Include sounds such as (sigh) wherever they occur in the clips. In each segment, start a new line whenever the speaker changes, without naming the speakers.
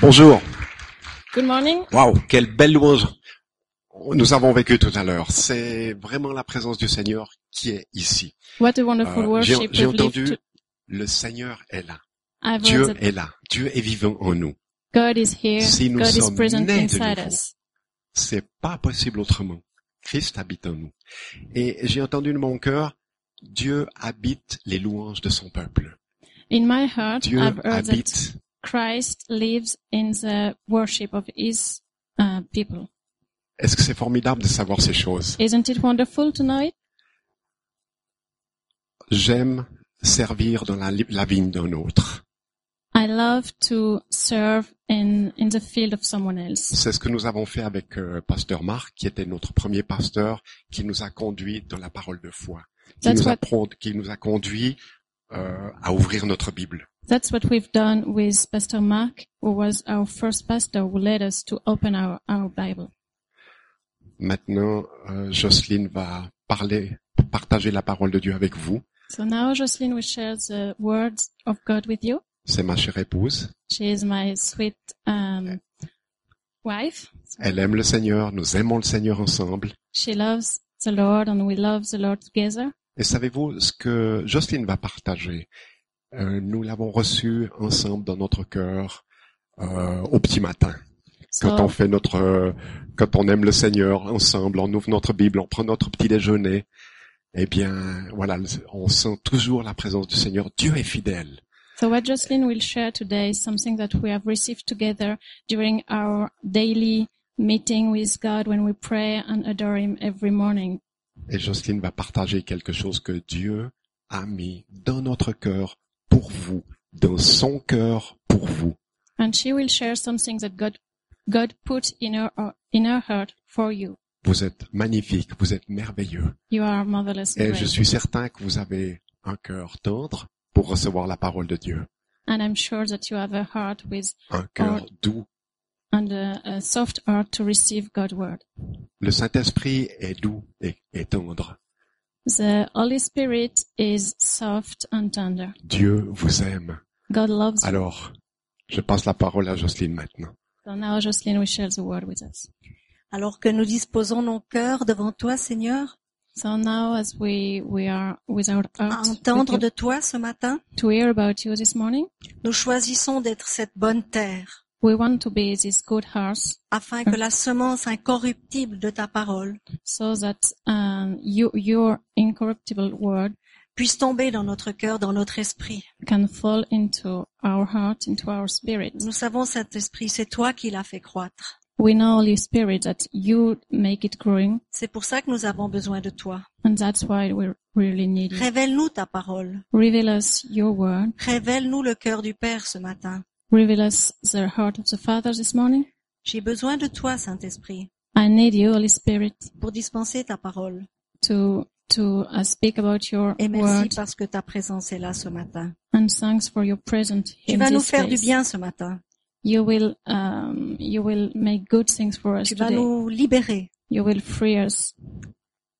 Bonjour.
Good morning.
Waouh, quelle belle louange nous avons vécu tout à l'heure. C'est vraiment la présence du Seigneur qui est ici.
What a wonderful
Euh, j'ai-
worship
J'ai
we've lived
entendu,
to-
le Seigneur est là.
I've heard
Dieu
that
est là. Dieu est vivant en nous.
God is here.
Si nous
God is
sommes
present
nés de
inside
nouveau.
us.
C'est pas possible autrement. Christ habite en nous. Et j'ai entendu de mon cœur, Dieu habite les louanges de son peuple.
In my heart,
Dieu
I've heard that
habite
Christ lives in the worship of His uh, people.
Est-ce que c'est formidable de savoir ces choses
Isn't it wonderful tonight?
J'aime servir dans la, li- la vigne d'un autre.
I love to serve in in the field of someone else.
C'est ce que nous avons fait avec euh, Pasteur Marc, qui était notre premier pasteur, qui nous a conduits dans la parole de foi, qui
That's
nous a,
what-
pro- qui nous a conduits euh, à ouvrir notre Bible.
That's what we've done with Pastor Mark, who was our first pastor who led us to open our our Bible.
Maintenant, euh, Jocelyne va parler, partager la parole de Dieu avec vous.
So now, Jocelyn will share the words of God with you.
C'est ma chère épouse.
She is my sweet um, wife.
Elle aime le Seigneur. Nous aimons le Seigneur ensemble.
She loves the Lord and we love the Lord together.
Et savez-vous ce que Jocelyne va partager Euh, Nous l'avons reçu ensemble dans notre cœur euh, au petit matin. Quand on
So,
fait notre, euh, quand on aime le Seigneur ensemble, on ouvre notre Bible, on prend notre petit déjeuner. Eh bien, voilà, on sent toujours la présence du Seigneur. Dieu est fidèle.
so what Jocelyn will share today is something that we have received together during our daily meeting with God when we pray and adore Him every morning.
Et Jocelyne va partager quelque chose que Dieu a mis dans notre cœur pour vous, dans son cœur pour vous.
And she will share something that God, God put in her, in her heart for you.
Vous êtes magnifique, vous êtes merveilleux.
You are marvelous.
Et
great.
je suis certain que vous avez un cœur tendre pour recevoir la parole de Dieu.
And I'm sure that you have a heart with
Un cœur doux.
and a, a soft heart to receive God's word.
Le Saint-Esprit est doux et, et tendre.
The Holy Spirit is soft and tender.
Dieu vous aime.
God loves you.
Alors, je passe la parole à Jocelyne maintenant.
So now Jocelyn will share the word with us.
Alors que nous disposons nos cœurs devant toi, Seigneur,
So now as we, we are with our
à
hearts
entendre
with you
de toi ce matin,
to hear about you this morning,
nous choisissons d'être cette bonne terre,
we want to be this good house
afin que la semence incorruptible de ta parole
so that um, you, your incorruptible word
puisse tomber dans notre cœur, dans notre esprit.
can fall into our heart, into our spirit.
Nous savons, Saint-Esprit, c'est toi qui l'as fait croître.
We know, Holy Spirit, that you make it growing
C'est pour ça que nous avons besoin de toi.
and that's why we really need it.
Révèle-nous ta parole.
Reveal us your word.
Révèle-nous le cœur du Père ce matin.
Reveal us the heart of the Father this morning.
J'ai besoin de toi, Saint-Esprit,
I need you, Holy Spirit,
pour dispenser ta parole.
to to uh, speak about your
Et merci
word.
parce que ta présence est là ce matin.
And thanks for your presence
Tu
in
vas nous
this
faire du
place.
bien ce matin.
You will um, you will make good things for us
Tu vas
today.
nous libérer.
You will free us,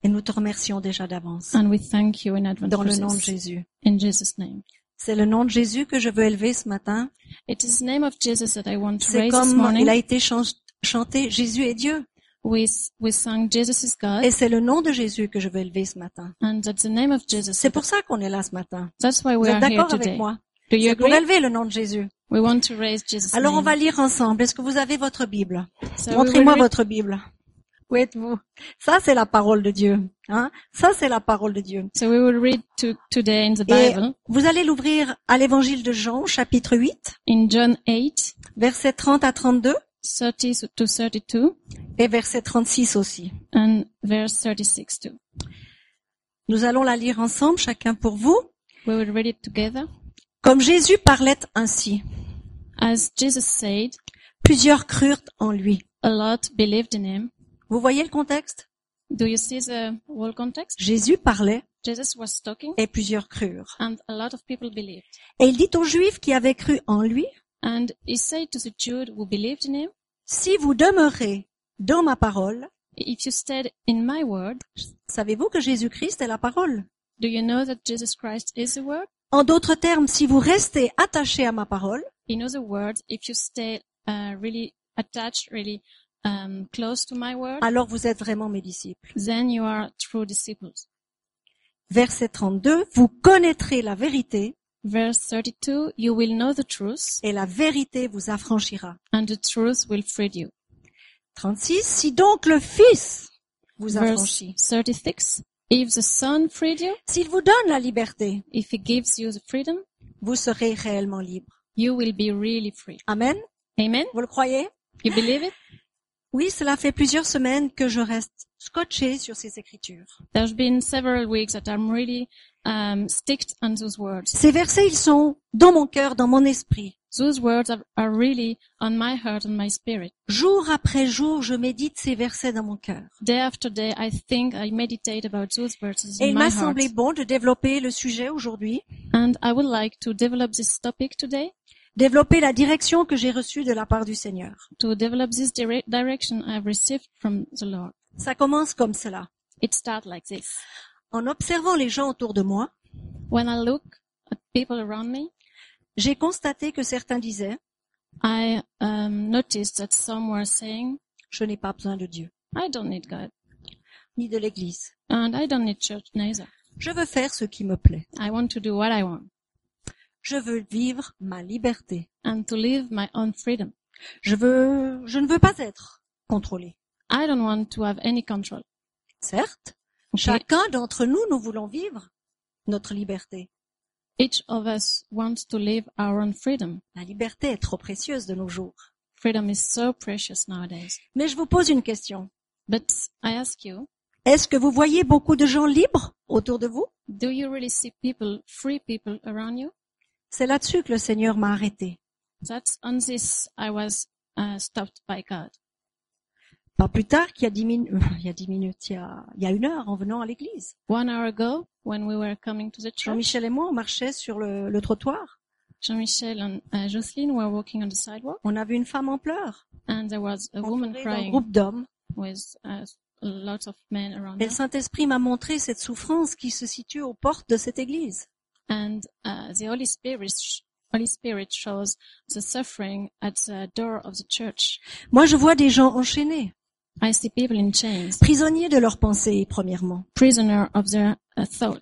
Et nous te remercions déjà d'avance.
and we thank you in advance
Dans
for
le nom de
this.
Jésus.
in Jesus' name.
C'est le nom de Jésus que je veux élever ce matin.
It is the name of Jesus that I want to
C'est
raise this
comme
morning.
il a été chan- chanté Jésus est Dieu.
We we sang Jesus is God,
Et c'est le nom de Jésus que je veux élever ce matin.
and that's the name of Jesus.
C'est pour ça qu'on est là ce matin.
That's why
Vous
we
êtes
are here
d'accord avec
today.
moi
Do you
C'est pour
agree?
élever le nom de Jésus.
We want to raise Jesus.
Alors on
name.
va lire ensemble. Est-ce que vous avez votre Bible
So we will
Montrez-moi
read-
votre Bible. Où êtes-vous Ça, c'est la parole de Dieu. Hein Ça, c'est la parole de Dieu.
So we will read to, today in the
Et-
Bible,
Vous allez l'ouvrir à l'évangile de Jean, chapitre 8,
in John 8,
versets 30 à 32
30 to 32,
et verset 36 aussi.
and verse 36 too.
Nous allons la lire ensemble, chacun pour vous.
We will read it together.
Comme Jésus parlait ainsi,
As Jesus said,
plusieurs crurent en lui.
a lot believed in him.
Vous voyez le contexte
Do you see the whole context?
Jésus parlait
Jesus was talking
et plusieurs crurent.
and a lot of people believed.
Et il dit aux Juifs qui avaient cru en lui,
And he said to the Jews who believed in him,
Si vous demeurez dans ma parole,
if you stayed in my word,
savez-vous que Jésus-Christ est la parole
do you know that Jesus Christ is the word?
En d'autres termes, si vous restez attachés à ma parole,
In other words, if you stay uh, really attached, really um, close to my word,
alors vous êtes vraiment mes disciples.
then you are true disciples.
Verset 32, vous connaîtrez la vérité
Verse 32, you will know the truth,
et la vérité vous affranchira.
and the truth will free you.
36, si donc le Fils vous
Verse
affranchit,
36, if the Son freed you,
s'il vous donne la liberté,
if he gives you the freedom,
vous serez réellement libre.
you will be really free.
Amen.
Amen?
Vous le croyez
You believe it?
Oui, cela fait plusieurs semaines que je reste scotché sur ces écritures.
There's been several weeks that I'm really um, sticked on those words.
Ces versets, ils sont dans mon cœur, dans mon esprit.
Those words are, are really on my heart and my spirit.
Jour après jour, je médite ces versets dans mon cœur.
Day after day, I think I meditate about those verses
Et
in
il
my
m'a
heart.
semblé bon de développer le sujet aujourd'hui,
And I would like to develop this topic today,
développer la direction que j'ai reçue de la part du Seigneur.
to develop this dire- direction I've received from the Lord.
Ça commence comme cela.
It starts like this.
En observant les gens autour de moi,
When I look at people around me,
j'ai constaté que certains disaient,
I um, noticed that some were saying,
je n'ai pas besoin de Dieu,
I don't need God,
ni de l'Église.
and I don't need church neither.
Je veux faire ce qui me plaît.
I want to do what I want,
Je veux vivre ma liberté.
and to live my own freedom.
Je veux, je ne veux pas être contrôlé.
I don't want to have any control.
Certes,
Okay?
chacun d'entre nous, nous voulons vivre notre liberté.
Each of us wants to live our own freedom.
La liberté est trop précieuse de nos jours.
Freedom is so precious nowadays.
Mais je vous pose une question.
But I ask you,
Est-ce que vous voyez beaucoup de gens libres autour de vous?
do you really see people, free people around you?
C'est là-dessus que le Seigneur m'a arrêté.
That's on this I was uh, stopped by God.
Pas plus tard qu'il y a dix minutes, il y a dix minutes, il y a, il y a une heure en venant à l'église.
One hour ago, when we were coming to the church,
Jean-Michel et moi, on marchait sur le, le trottoir.
Jean-Michel and uh, Jocelyn were walking on the sidewalk,
On a vu une femme en pleurs,
and there was a woman
entourée d'un
crying
groupe d'hommes.
with uh, lots of men around
Et
her.
le Saint-Esprit m'a montré cette souffrance qui se situe aux portes de cette église.
And uh, the Holy Spirit, Holy Spirit shows the suffering at the door of the church.
Moi, je vois des gens enchaînés,
I see people in chains,
prisonniers de leurs pensées, premièrement,
prisoner of their uh, thought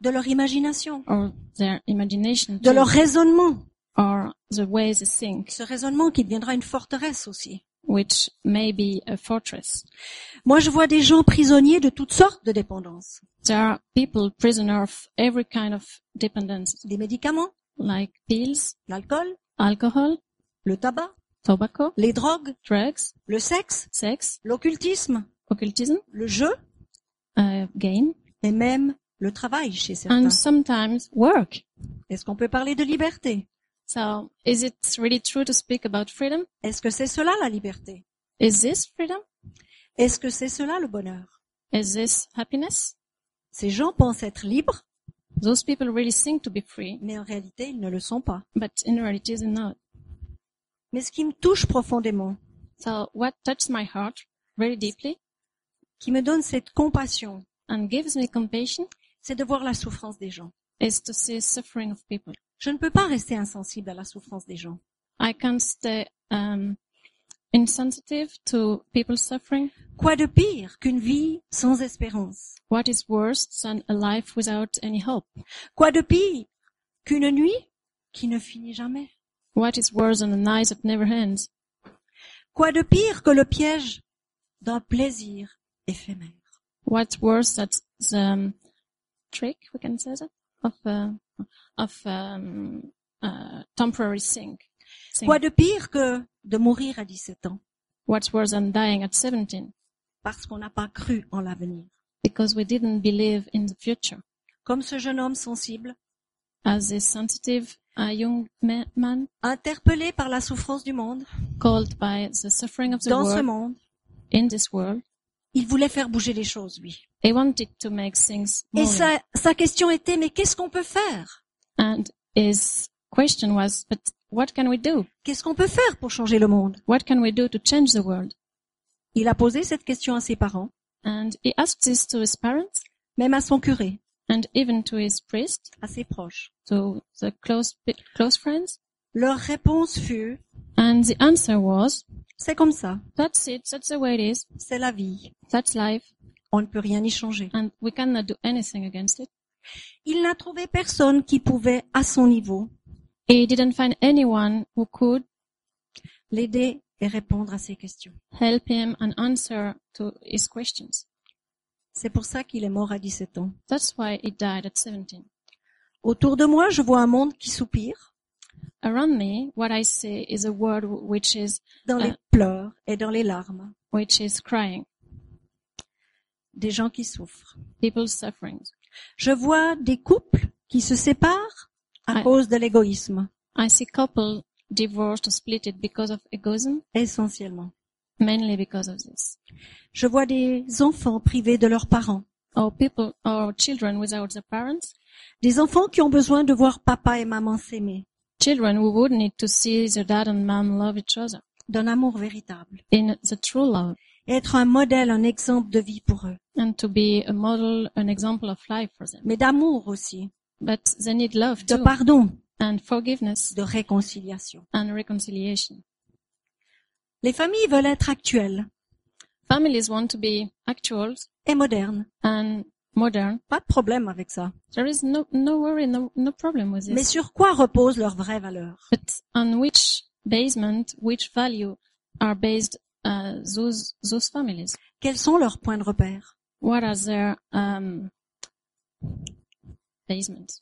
de leur imagination,
or their imagination
de
too,
leur raisonnement.
or the way they think,
Ce raisonnement qui deviendra une forteresse aussi.
which may be a fortress.
Moi, je vois des gens prisonniers de toutes sortes de dépendances.
There are people prisoner of every kind of dependence,
Des médicaments,
like pills,
l'alcool,
alcohol,
le tabac,
tobacco,
les drogues,
drugs,
le sexe,
sex,
l'occultisme,
occultism,
le jeu
uh, game,
et même le travail chez certains.
and sometimes work.
Est-ce qu'on peut parler de liberté
So is it really true to speak about freedom?
Est-ce que c'est cela la liberté
Is this freedom?
Est-ce que c'est cela le bonheur
Is this happiness?
Ces gens pensent être libres,
Those people really seem to be free,
mais en réalité, ils ne le sont pas.
but in reality they're not.
Mais ce qui me touche profondément,
So what touched my heart very deeply
qui me donne cette compassion,
and gives me compassion
c'est de voir la souffrance des gens.
is to see suffering of people.
Je ne peux pas rester insensible à la souffrance des gens.
I can't stay um, insensitive to people suffering.
Quoi de pire qu'une vie sans espérance
What is worse than a life without any hope?
Quoi de pire qu'une nuit qui ne finit jamais
What is worse than a night that never ends?
Quoi de pire que le piège d'un plaisir éphémère
What's worse than the um, trick we can say that of uh, of um, uh, temporary thing. thing.
Quoi de pire que de mourir à 17 ans
What's worse than dying at 17
parce qu'on n'a pas cru en l'avenir
because we didn't believe in the future?
Comme ce jeune homme sensible,
As a sensitive uh, young ma- man
interpellé par la souffrance du monde,
called by the suffering of the
dans ce
world
monde,
in this world,
il voulait faire bouger les choses, lui.
he wanted to make things
Et
moving.
sa, sa question était, mais qu'est-ce qu'on peut faire
And his question was, but what can we do?
Qu'est-ce qu'on peut faire pour changer le monde
What can we do to change the world?
Il a posé cette question à ses parents,
And he asked this to his parents
même à son curé,
and even to his priest,
à ses proches.
to the close close friends.
Leur réponse fut,
And the answer was,
C'est comme ça.
that's it, that's the way it is,
C'est la vie.
that's life,
On ne peut rien y changer.
and we cannot do anything against it.
Il n'a trouvé personne qui pouvait, à son niveau,
He didn't find anyone who could
l'aider et répondre à ses questions.
help him and answer to his questions.
C'est pour ça qu'il est mort à 17 ans.
That's why he died at 17.
Autour de moi, je vois un monde qui soupire,
Around me, what I see is a world which is,
dans les
Ah.
pleurs et dans les larmes,
which is crying,
des gens qui souffrent.
people suffering.
Je vois des couples qui se séparent à
Ah.
cause de l'égoïsme,
I see couple divorced or split it because of egoism,
essentiellement.
mainly because of this.
Je vois des enfants privés de leurs parents,
Or people, or children without their parents,
des enfants qui ont besoin de voir papa et maman s'aimer,
children who would need to see their dad and mom love each other
d'un amour véritable,
in the true love
et être un modèle, un exemple de vie pour eux,
and to be a model, an example of life for them.
mais d'amour aussi,
But they need love
de
too,
pardon,
and forgiveness
de réconciliation.
and reconciliation.
Les familles veulent être actuelles
Families want to be actual
et modernes.
and modern.
Pas de problème avec ça.
There is no, no worry, no, no problem with
Mais
this.
sur quoi reposent leurs vraies valeurs
But on which basement, which value are based uh, those those families?
Quels sont leurs points de repère
What are their um, basements?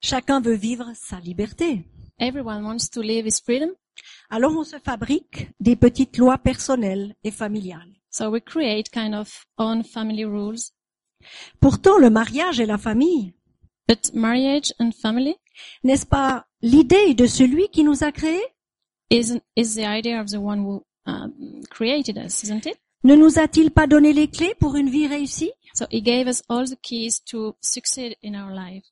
Chacun veut vivre sa liberté.
Everyone wants to live his freedom,
Alors on se fabrique des petites lois personnelles et familiales.
so we create kind of own family rules.
Pourtant, le mariage et la famille,
But marriage and family
n'est-ce pas l'idée de celui qui nous a créés
is is the idea of the one who um, created us, isn't it?
Ne nous a-t-il pas donné les clés pour une vie réussie
So he gave us all the keys to succeed in our life.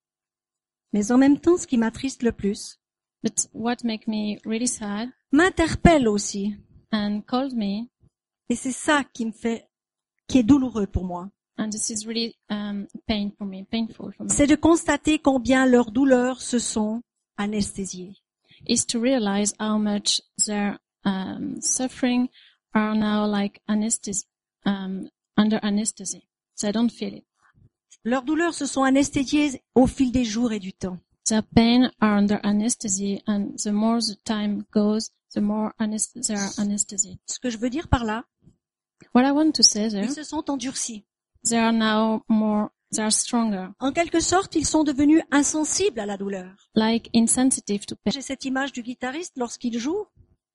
Mais en même temps, ce qui m'attriste le plus,
But what make me really sad
m'interpelle aussi.
and called me,
Et c'est ça qui me fait, qui est douloureux pour moi.
and this is really um, pain for me, painful for me.
C'est de constater combien leurs douleurs se sont anesthésiées.
is to realize how much their um, suffering are now like anesthes- um, under anesthesia. So I don't feel it.
Leurs douleurs se sont anesthésiées au fil des jours et du temps.
Their pain are under anesthesia, and the more the time goes, the more anesth- they are anesthesia.
Ce que je veux dire par là,
What I want to say there,
ils se sont endurcis.
they are now more, they are stronger,
En quelque sorte, ils sont devenus insensibles à la douleur.
like insensitive to pain.
J'ai cette image du guitariste lorsqu'il joue.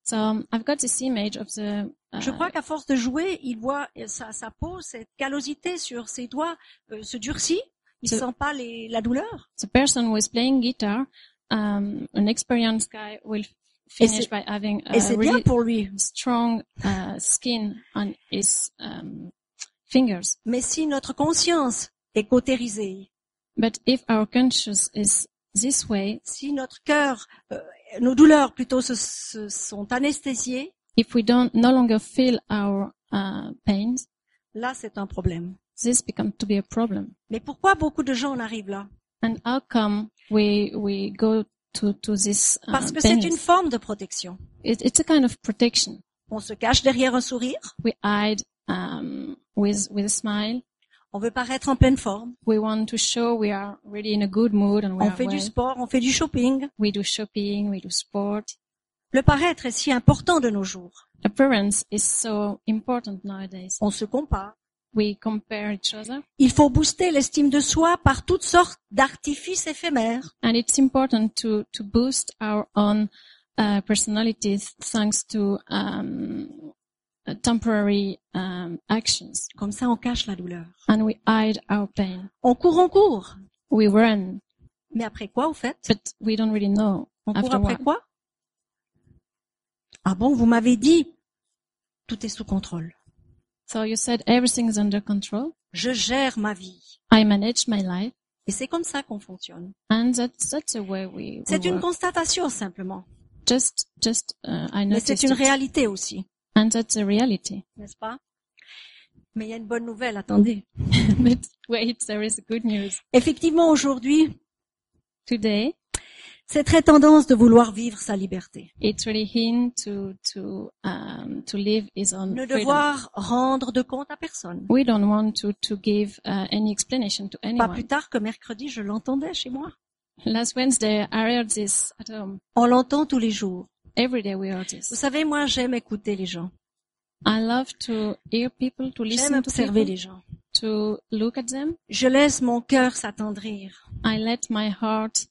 So um, I've got this image of the.
Je
Uh,
crois qu'à force de jouer, il voit euh, sa, sa peau, cette callosité sur ses doigts euh, se durcit. Il
Ce-
sent pas les- la douleur.
the person who is playing guitar, um, an experienced guy, will finish
c'est-
by having a
Et c'est bien
really
pour lui.
strong uh, skin on his um, fingers.
Mais si notre conscience est cautérisée,
But if our conscience is this way,
si notre cœur, euh, nos douleurs plutôt se, se sont anesthésiées,
if we don't no longer feel our uh, pains,
là c'est un problème.
this becomes to be a problem.
Mais pourquoi beaucoup de gens en arrivent là
And how come we we go to to this uh,
Parce que c'est une
pain?
forme de protection.
It, it's a kind of protection.
On se cache derrière un sourire,
We hide um, with with a smile.
on veut paraître en pleine forme,
We want to show we are really in a good mood and we,
on
are
fait du
well.
sport, on fait du shopping.
we do shopping, we do sport.
Le paraître est si important de nos jours.
Appearance is so important nowadays.
On se compare.
we compare each other.
Il faut booster l'estime de soi par toutes sortes d'artifices éphémères.
And it's important to, to boost our own uh, personalities thanks to um, uh, temporary um, actions.
Comme ça, on cache la douleur.
And we hide our pain.
On court, on court.
We run,
Mais après quoi, au fait
but we don't really know.
On court
after
après
what?
quoi Ah bon, vous m'avez dit, tout est sous contrôle.
So you said everything is under control.
Je gère ma vie.
I manage my life.
Et c'est comme ça qu'on fonctionne.
And that's, that's the way we, we
C'est une
work.
constatation simplement.
just, just, uh, I
Mais
noticed
c'est une
it.
réalité aussi,
and that's a reality. (laughs)
n'est-ce pas Mais il y a une bonne nouvelle, attendez.
but wait, there is good news.
Effectivement, aujourd'hui,
Today,
C'est très tendance de vouloir vivre sa liberté,
It's really him to to um, to live is on
ne
freedom.
devoir rendre de compte à personne.
We don't want to to give uh, any explanation to
Pas plus
anyone.
tard que mercredi, je l'entendais chez moi.
Last Wednesday, I heard this at home.
On l'entend tous les jours.
Every day we heard
Vous
this.
savez, moi, j'aime écouter les gens.
I love to hear people, to
J'aime
listen to
observer
people,
les gens.
to look at them.
Je laisse mon cœur s'attendrir.
I let my heart,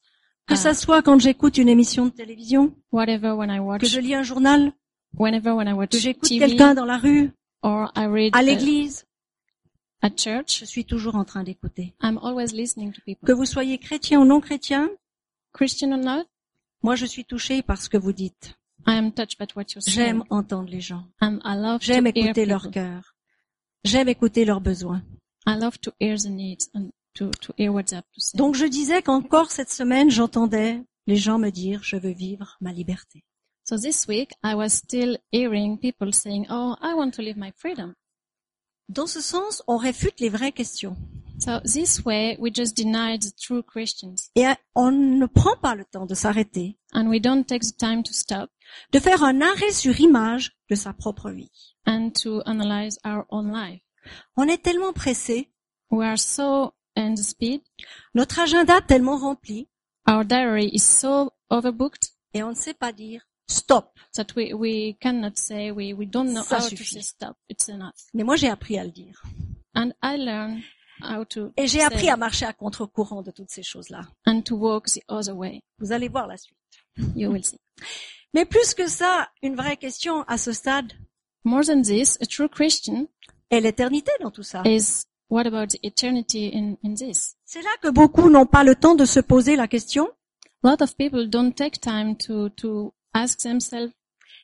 Que
Ah.
ça soit quand j'écoute une émission de télévision,
whatever when I
que
watch,
je lis un journal,
whenever when I watch
que j'écoute
TV
quelqu'un dans la rue,
or I read
à
uh,
l'église,
at church,
je suis toujours en train d'écouter.
I'm always listening to people.
Que vous soyez chrétien ou non chrétien,
Christian or not,
moi je suis touchée par ce que vous dites.
I am touched by what you're saying.
J'aime entendre les gens.
And I love
J'aime
to hear
écouter leur
people.
cœur. J'aime écouter leurs besoins.
I love to hear the needs and to, to hear what's up to say.
Donc je disais qu'encore cette semaine, j'entendais les gens me dire je veux vivre ma liberté.
so this week I was still hearing people saying, "Oh, I want to live my freedom."
Dans ce sens, on réfute les vraies questions
So this way we just deny the true Christians,
et euh, on ne prend pas le temps de s'arrêter,
and we don't take the time to stop
de faire un arrêt sur image de sa propre vie.
and to analyze our own life.
On est tellement pressé,
We are so in the speed.
notre agenda tellement rempli
Our diary is so overbooked
et on ne sait pas dire stop.
that we, we cannot say we, we don't know
Ça
how to
suffit.
say stop. It's enough.
Mais moi j'ai appris à le dire
And I learned how to
et j'ai
say
appris à marcher à contre-courant de toutes ces choses-là.
and to walk the other way.
Vous allez voir la suite.
You will see.
Mais plus que ça, une vraie question à ce stade
More than this, a true Christian
est l'éternité dans tout ça.
is what about the eternity in, in this?
C'est là que beaucoup n'ont pas le temps de se poser la question
A lot of people don't take time to, to ask themselves,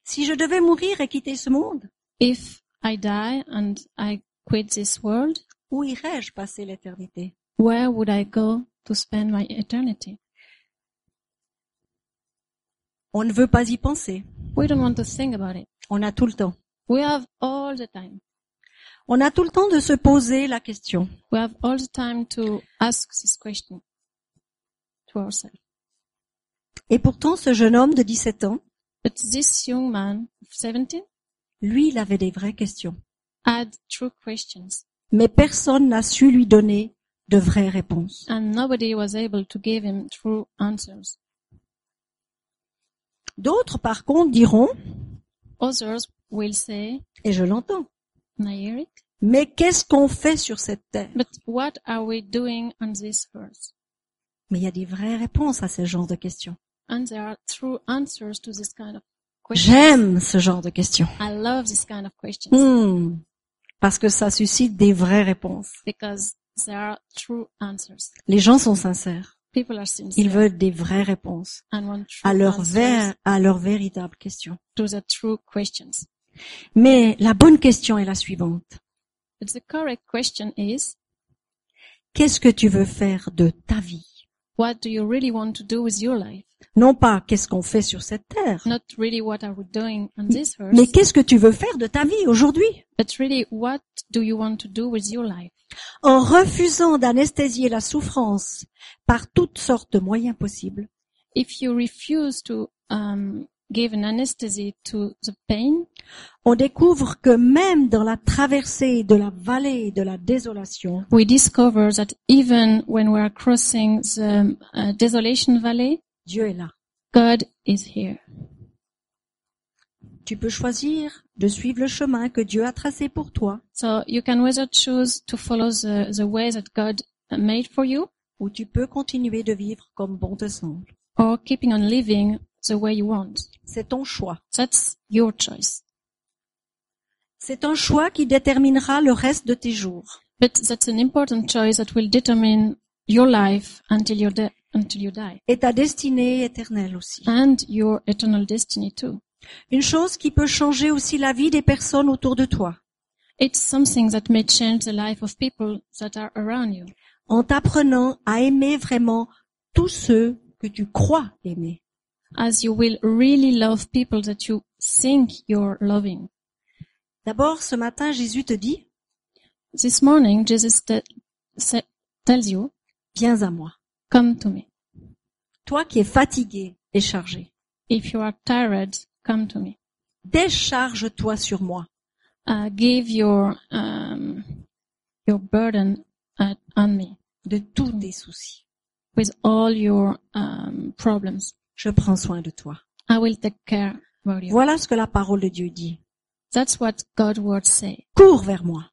si je devais mourir et quitter ce monde,
if I die and I quit this world,
où irais-je passer l'éternité
where would I go to spend my eternity?
On ne veut pas y penser.
We don't want to think about it.
On a tout le temps.
We have all the time.
On a tout le temps de se poser la question
We have all the time to ask this question to ourselves.
Et pourtant, ce jeune homme de 17 ans,
But this young man of 17
lui, il avait des vraies questions.
had true questions
Mais personne n'a su lui donner de vraies réponses.
and nobody was able to give him true answers.
D'autres, par contre, diront,
Others will say,
et je l'entends,
and I hear it,
mais qu'est-ce qu'on fait sur cette terre
But what are we doing on this earth?
Mais il y a des vraies réponses à ce genre de questions.
And there are true answers to this kind of questions.
J'aime ce genre de questions.
I love this kind of questions
Hmm. Parce que ça suscite des vraies réponses.
because there are true answers.
Les gens sont sincères.
People are
Ils
sincere
veulent des vraies réponses
and want true
à leurs,
answers
ver- à leurs véritables questions.
to the true questions.
Mais la bonne question est la suivante.
But the correct question is,
Qu'est-ce que tu veux faire de ta vie
what do you really want to do with your life?
Non pas qu'est-ce qu'on fait sur cette terre,
Not really what are we doing on this earth,
mais qu'est-ce que tu veux faire de ta vie aujourd'hui
but really what do you want to do with your life?
En refusant d'anesthésier la souffrance par toutes sortes de moyens possibles,
If you refuse to um, give an anesthesia to the pain,
on découvre que même dans la traversée de la vallée de la désolation,
we discover that even when we are crossing the uh, desolation valley,
Dieu est là.
God is here.
Tu peux choisir de suivre le chemin que Dieu a tracé pour toi,
So you can whether choose to follow the, the way that God made for you
ou tu peux continuer de vivre comme bon te semble.
or keeping on living the way you want.
C'est ton choix.
That's your choice.
C'est un choix qui déterminera le reste de tes jours.
But that's an important choice that will determine your life until you de- until you die
Et ta destinée éternelle aussi.
and your eternal destiny too.
Une chose qui peut changer aussi la vie des personnes autour de toi,
It's something that may change the life of people that are around you
en t'apprenant à aimer vraiment tous ceux que tu crois aimer.
as you will really love people that you think you're loving.
D'abord, ce matin, Jésus te dit,
This morning, Jesus te- sa- tells you,
viens à moi.
come to me.
toi qui es fatigué et chargé,
If you are tired, come to me.
décharge-toi sur moi.
Uh, give your um, your burden uh, on me
de tous tes soucis.
with all your um, problems.
Je prends soin de toi.
I will take care about you.
Voilà ce que la parole de Dieu dit.
That's what God would say.
Cours vers moi.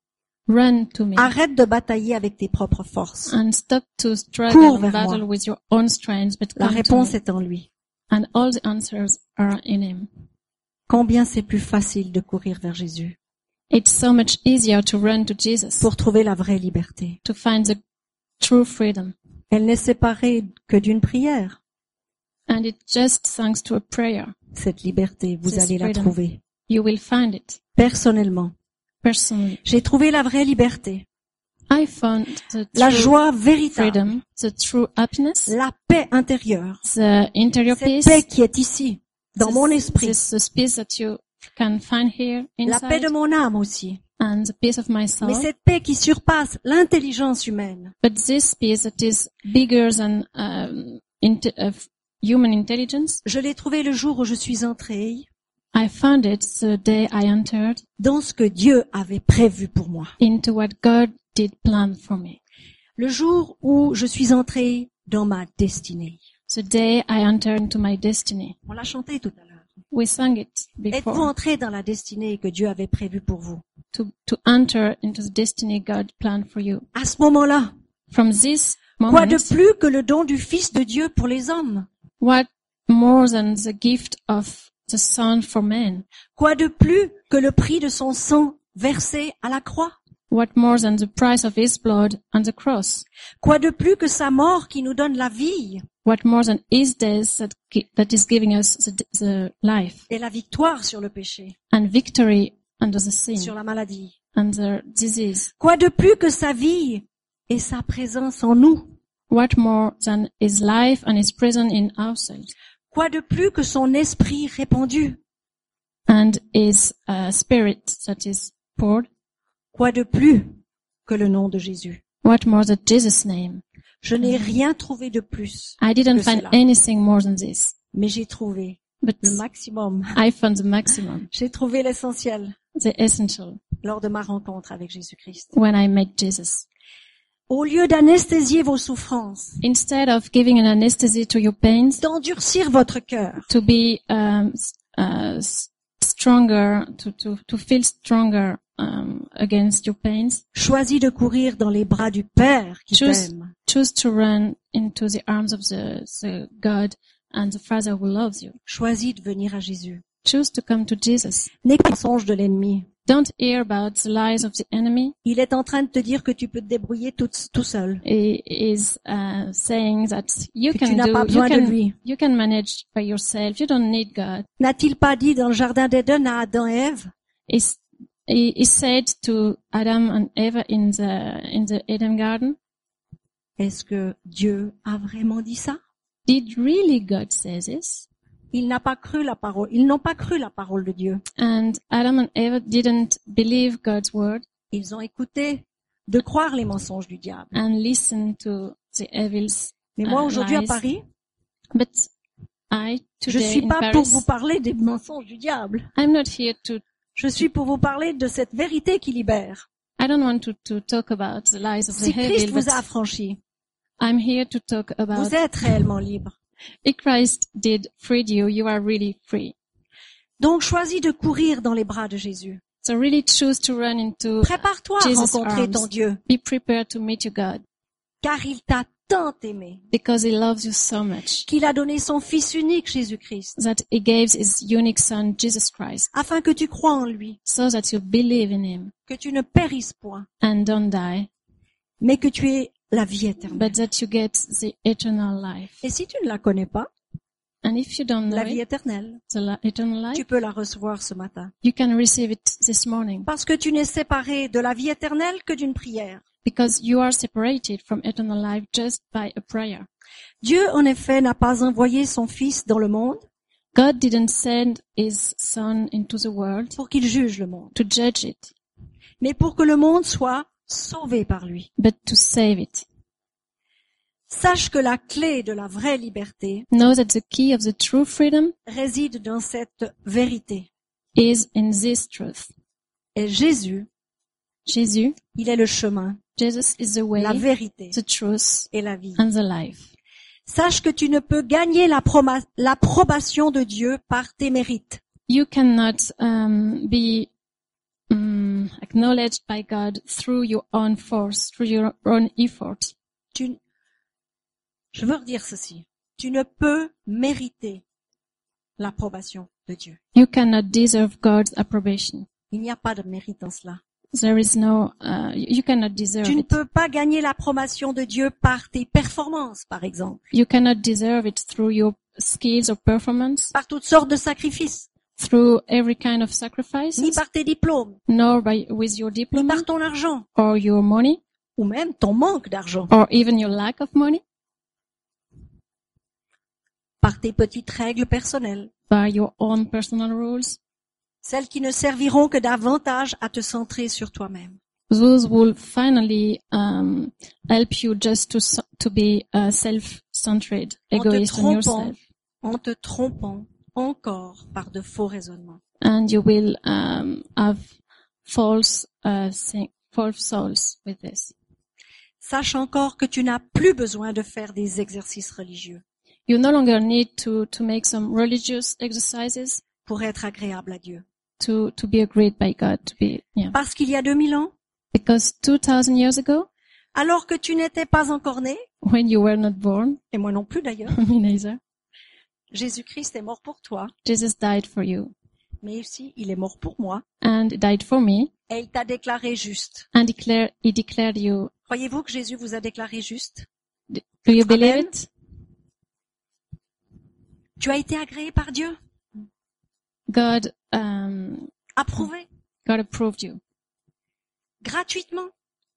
Run to me
Arrête de batailler avec tes propres forces.
and stop to
Cours
struggle
vers
and battle
moi.
with your own strength, but
La
come to
réponse
me.
est en lui.
and all the answers are in Him.
Combien c'est plus facile de courir vers Jésus
It's so much easier to run to Jesus
pour trouver la vraie liberté.
to find the true freedom,
Elle n'est séparée que d'une prière.
and it just thanks to a prayer
Cette liberté, vous
C'est
allez la
freedom.
trouver.
you will find it
Personnellement,
personally.
j'ai trouvé la vraie liberté,
I found the
la
true
joie véritable,
freedom, the true happiness,
la paix intérieure,
the interior
cette
peace,
paix qui est ici, dans
this-
mon esprit,
this this peace that you can find here
la paix
inside,
de mon âme aussi,
and the peace of my
mais
soul.
cette paix qui surpasse l'intelligence humaine.
But this peace that is bigger than um, inte- of human intelligence,
Je l'ai trouvé le jour où je suis entrée
I found it the day I entered
dans ce que Dieu avait prévu pour moi.
into what God did plan for me.
Le jour où je suis entrée dans ma destinée.
The day I entered into my destiny.
On l'a chanté tout à l'heure.
We sang it
Êtes-vous
before
entré dans la destinée que Dieu avait prévue pour vous?
to, to enter into the destiny God planned for you.
À ce moment-là,
From this
quoi de
moment,
plus que le don du Fils de Dieu pour les hommes?
what more than the gift of the Son for men?
Quoi de plus que le prix de son sang versé à la croix?
What more than the price of His blood on the cross?
Quoi de plus que sa mort qui nous donne la vie
What more than His death that, gi- that is giving us the, the life
et la victoire sur le péché,
and victory under the
sur
sin,
la maladie?
under disease?
Quoi de plus que sa vie et sa présence en nous?
What more than His life and His presence in ourselves
Quoi de plus que son esprit répandu
and His uh, spirit that is poured?
Quoi de plus que le nom de Jésus
What more than Jesus' name?
Je n'ai rien trouvé de plus,
I didn't
Que
find
cela.
anything more than this,
mais j'ai trouvé
but
le maximum.
I found the maximum,
J'ai trouvé l'essentiel
the essential,
lors de ma rencontre avec Jésus-Christ.
when I met Jesus.
Au lieu d'anesthésier vos souffrances,
Instead of giving an anesthesia to your pains,
d'endurcir votre cœur,
to be um, s- uh, s- stronger, to, to, to feel stronger um, against your pains,
choisis de courir dans les bras du Père qui
Choose-
t'aime.
choose to run into the arms of the, the God and the Father who loves you.
Choisis de venir à Jésus.
Choose to come to Jesus.
N'écoute pas les mensonges de l'ennemi.
Don't hear about the lies of the enemy.
Il est en train de te dire que tu peux te débrouiller tout, tout seul,
He is uh, saying that you
que tu
can
n'as pas
do, you
besoin de
can
lui.
You can manage by yourself. You don't need God.
N'a-t-il pas dit dans le jardin d'Éden à Adam et Ève,
It's, he, he said to Adam and Eve in the in the Eden garden,
Est-ce que Dieu a vraiment dit ça
"Did really God say this?"
Il n'a pas cru la parole. Ils n'ont pas cru la parole de Dieu.
And Adam and Eve didn't believe God's word
Ils ont écouté de croire les mensonges du diable.
and listened to the evils.
Mais moi
Ah,
aujourd'hui à
nice.
Paris,
But I
je
today
suis
in
pas pour
Paris,
vous parler des mensonges du diable.
I'm not here to.
Je suis pour vous parler de cette vérité qui libère.
I don't want to, to talk about the lies of the
Si Christ
devil,
vous a
but
affranchi,
I'm here to talk about
vous êtes réellement libre.
if Christ did free you, you are really free.
Donc choisis de courir dans les bras de Jésus.
So really choose to run into
Prépare-toi à
Jesus
rencontrer
arms.
ton Dieu,
be prepared to meet your God
car il t'a tant aimé
because he loves you so much
qu'il a donné son Fils unique, Jésus-Christ,
that he gave his unique son, Jesus Christ,
afin que tu crois en lui,
so that you believe in him
que tu ne périsses point,
and don't die,
mais que tu aies la vie éternelle.
but that you get the eternal life.
Et si tu ne la connais pas,
And if you don't know
la vie
it,
éternelle,
the li- eternal life,
tu peux la recevoir ce matin.
you can receive it this morning
Parce que tu n'es séparé de la vie éternelle que d'une prière.
because you are separated from eternal life just by a prayer.
Dieu, en effet, n'a pas envoyé son Fils dans le monde
God didn't send his son into the world
pour qu'il juge le monde,
to judge it,
mais pour que le monde soit sauvé par lui.
but to save it.
Sache que la clé de la vraie liberté
Know that the key of the true freedom
réside dans cette vérité.
is in this truth.
Et Jésus,
Jesus,
il est le chemin,
Jesus is the way,
la vérité
the truth,
et la vie.
and the life.
Sache que tu ne peux gagner la proma- l'approbation de Dieu par tes mérites.
You cannot um, be um, acknowledged by God through your own force, through your own effort.
Tu n- Je veux redire ceci. Tu ne peux mériter l'approbation de Dieu.
You cannot deserve God's approbation.
Il n'y a pas de mérite dans cela.
There is no, uh, you you cannot deserve
Tu ne
it.
peux pas gagner l'approbation de Dieu par tes performances, par exemple,
You cannot deserve it through your skills or performance,
par toutes sortes de sacrifices,
through every kind of
ni
sacrifices,
par tes diplômes,
nor by with your
ni
diploma
par ton argent,
or your money
ou même ton manque d'argent,
or even your lack of money,
par tes petites règles personnelles,
by your own personal rules.
celles qui ne serviront que davantage à te centrer sur toi-même.
Those will finally um, help you just to s- to be uh, self-centered,
En te
egoist on
trompant.
yourself,
en te trompant encore par de faux raisonnements.
and you will um, have false uh, thi- false souls with this.
Sache encore que tu n'as plus besoin de faire des exercices religieux
You no longer need to to make some religious exercises
pour être agréable à Dieu.
to to be agreed by God to be yeah.
Parce qu'il y a 2000 ans,
Because two thousand years ago,
alors que tu n'étais pas encore né,
when you were not born, (laughs)
et moi non plus d'ailleurs,
me neither,
Jésus-Christ est mort pour toi,
Jesus died for you
mais aussi il est mort pour moi,
and died for me,
et il t'a déclaré juste.
and declare he declared you.
Croyez-vous que Jésus vous a déclaré juste
Do you believe
Amen.
it?
Tu as été agréé par Dieu,
God um,
approuvé,
God approved you
gratuitement,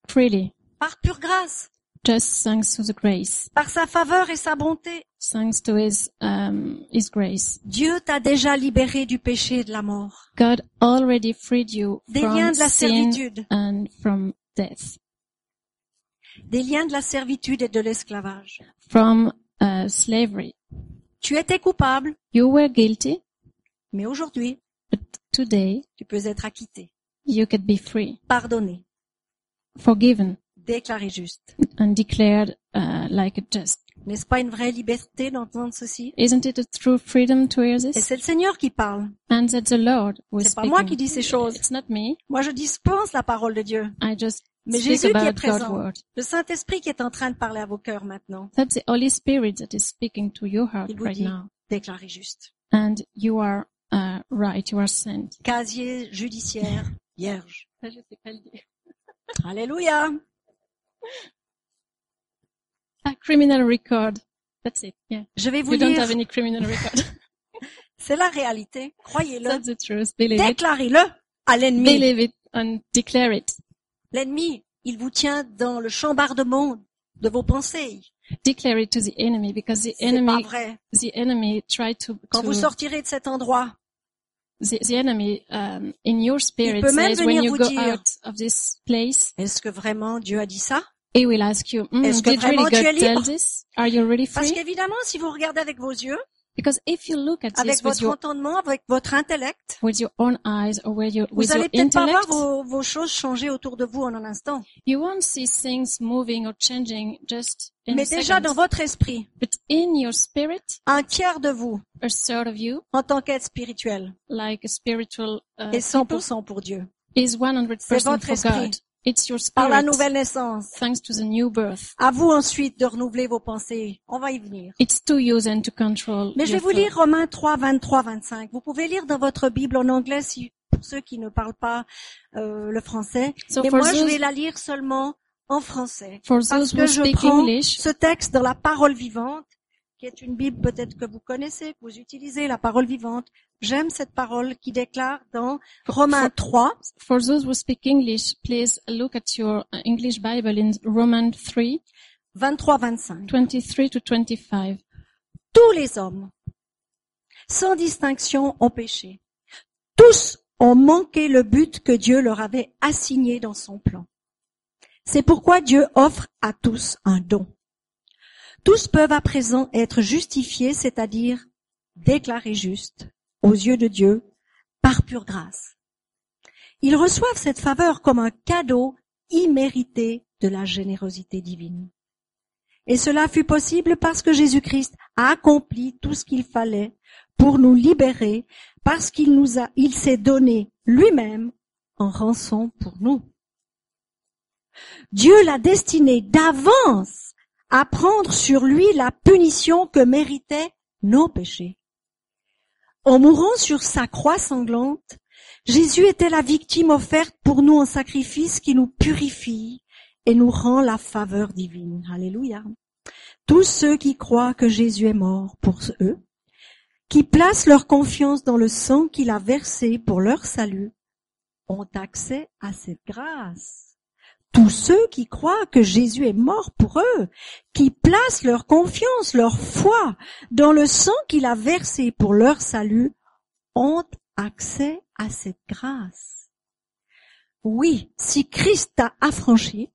freely,
par pure grâce,
just thanks to the grace,
par sa faveur et sa bonté.
thanks to His um, His grace.
Dieu t'a déjà libéré du péché et de la mort.
God already freed you
des
from
liens de la
sin
servitude,
and from death,
des liens de la servitude et de l'esclavage.
from uh, slavery.
Tu étais coupable,
You were guilty,
mais aujourd'hui,
but today
tu peux être acquitté,
you could be free,
pardonné,
forgiven,
déclaré juste.
and declared uh, like a just.
N'est-ce pas une vraie liberté d'entendre ceci
Isn't it a true freedom to hear
Et
this?
c'est le Seigneur qui parle.
And that the Lord was
C'est pas moi
speaking.
qui dis ces choses.
It's not me.
Moi, je dispense la parole de Dieu,
I just
mais
speak
Jésus qui est
about God's
présent,
word.
le Saint-Esprit qui est en train de parler à vos cœurs maintenant,
That's the Holy Spirit that is speaking to your heart
Il vous
right
dit.
now.
déclaré juste.
And you are uh, right. You are sent.
Casier judiciaire vierge. Alléluia.
A criminal record. That's it. Yeah.
Je vais vous
We don't
lire.
have any criminal
(laughs)
record.
C'est la réalité. Croyez-le.
That's the truth. Believe it.
Déclarez-le à l'ennemi.
Believe it and declare it.
L'ennemi, il vous tient dans le chambardement de vos pensées.
Declare it to the enemy because the
C'est pas
enemy,
vrai.
the enemy tried to,
Quand
to-
vous sortirez de cet endroit,
the, the enemy um, in your spirit
peut même
says when
venir
you
vous
go
dire-
out of this place,
est-ce que vraiment Dieu a dit ça
he will ask you, "Hmm,
Est-ce que
did
vraiment
really
tu es
God tell
libre
this? Are you really
Parce
free?
qu'évidemment, si vous regardez avec vos yeux,
Because if you look at
avec
this with
votre
your
entendement, avec votre intellect,
with your own eyes or with your,
vous
with your
allez peut-être pas voir
intellect,
vos, vos choses changer autour de vous en un instant.
you won't see things moving or changing just in
Mais
a
déjà
second.
dans votre esprit,
But in your spirit,
un tiers de vous,
a sort of you,
en tant qu'être spirituel,
like a spiritual uh,
est 100% pour Dieu.
is 100%
C'est
for
votre esprit.
God. It's your
Par la
spirit,
nouvelle naissance.
thanks to the new birth.
À vous ensuite de renouveler vos pensées. On va y venir.
It's to use and to control.
Mais je vais
your
vous
thought.
lire Romains 3, 23, 25. Vous pouvez lire dans votre Bible en anglais si, pour ceux qui ne parlent pas euh, le français.
So
Mais
for
moi, je
those-
vais la lire seulement en français.
For
Parce
those
que
who
je
speak
prends
English,
ce texte dans la parole vivante, qui est une Bible peut-être que vous connaissez, que vous utilisez, la parole vivante. J'aime cette parole qui déclare dans Romains 3,
for those who speak English, please look at your uh, English Bible in Romans 3,
23, 25.
23 to 25.
Tous les hommes, sans distinction, ont péché. Tous ont manqué le but que Dieu leur avait assigné dans son plan. C'est pourquoi Dieu offre à tous un don. tous peuvent à présent être justifiés, c'est-à-dire déclarés justes aux yeux de Dieu par pure grâce. Ils reçoivent cette faveur comme un cadeau immérité de la générosité divine. Et cela fut possible parce que Jésus-Christ a accompli tout ce qu'il fallait pour nous libérer, parce qu'il nous a, il s'est donné lui-même en rançon pour nous. Dieu l'a destiné d'avance à prendre sur lui la punition que méritaient nos péchés. En mourant sur sa croix sanglante, Jésus était la victime offerte pour nous en sacrifice qui nous purifie et nous rend la faveur divine. Alléluia. Tous ceux qui croient que Jésus est mort pour eux, qui placent leur confiance dans le sang qu'il a versé pour leur salut, ont accès à cette grâce. Tous ceux qui croient que Jésus est mort pour eux, qui placent leur confiance, leur foi dans le sang qu'il a versé pour leur salut, ont accès à cette grâce. Oui, si Christ t'a affranchi,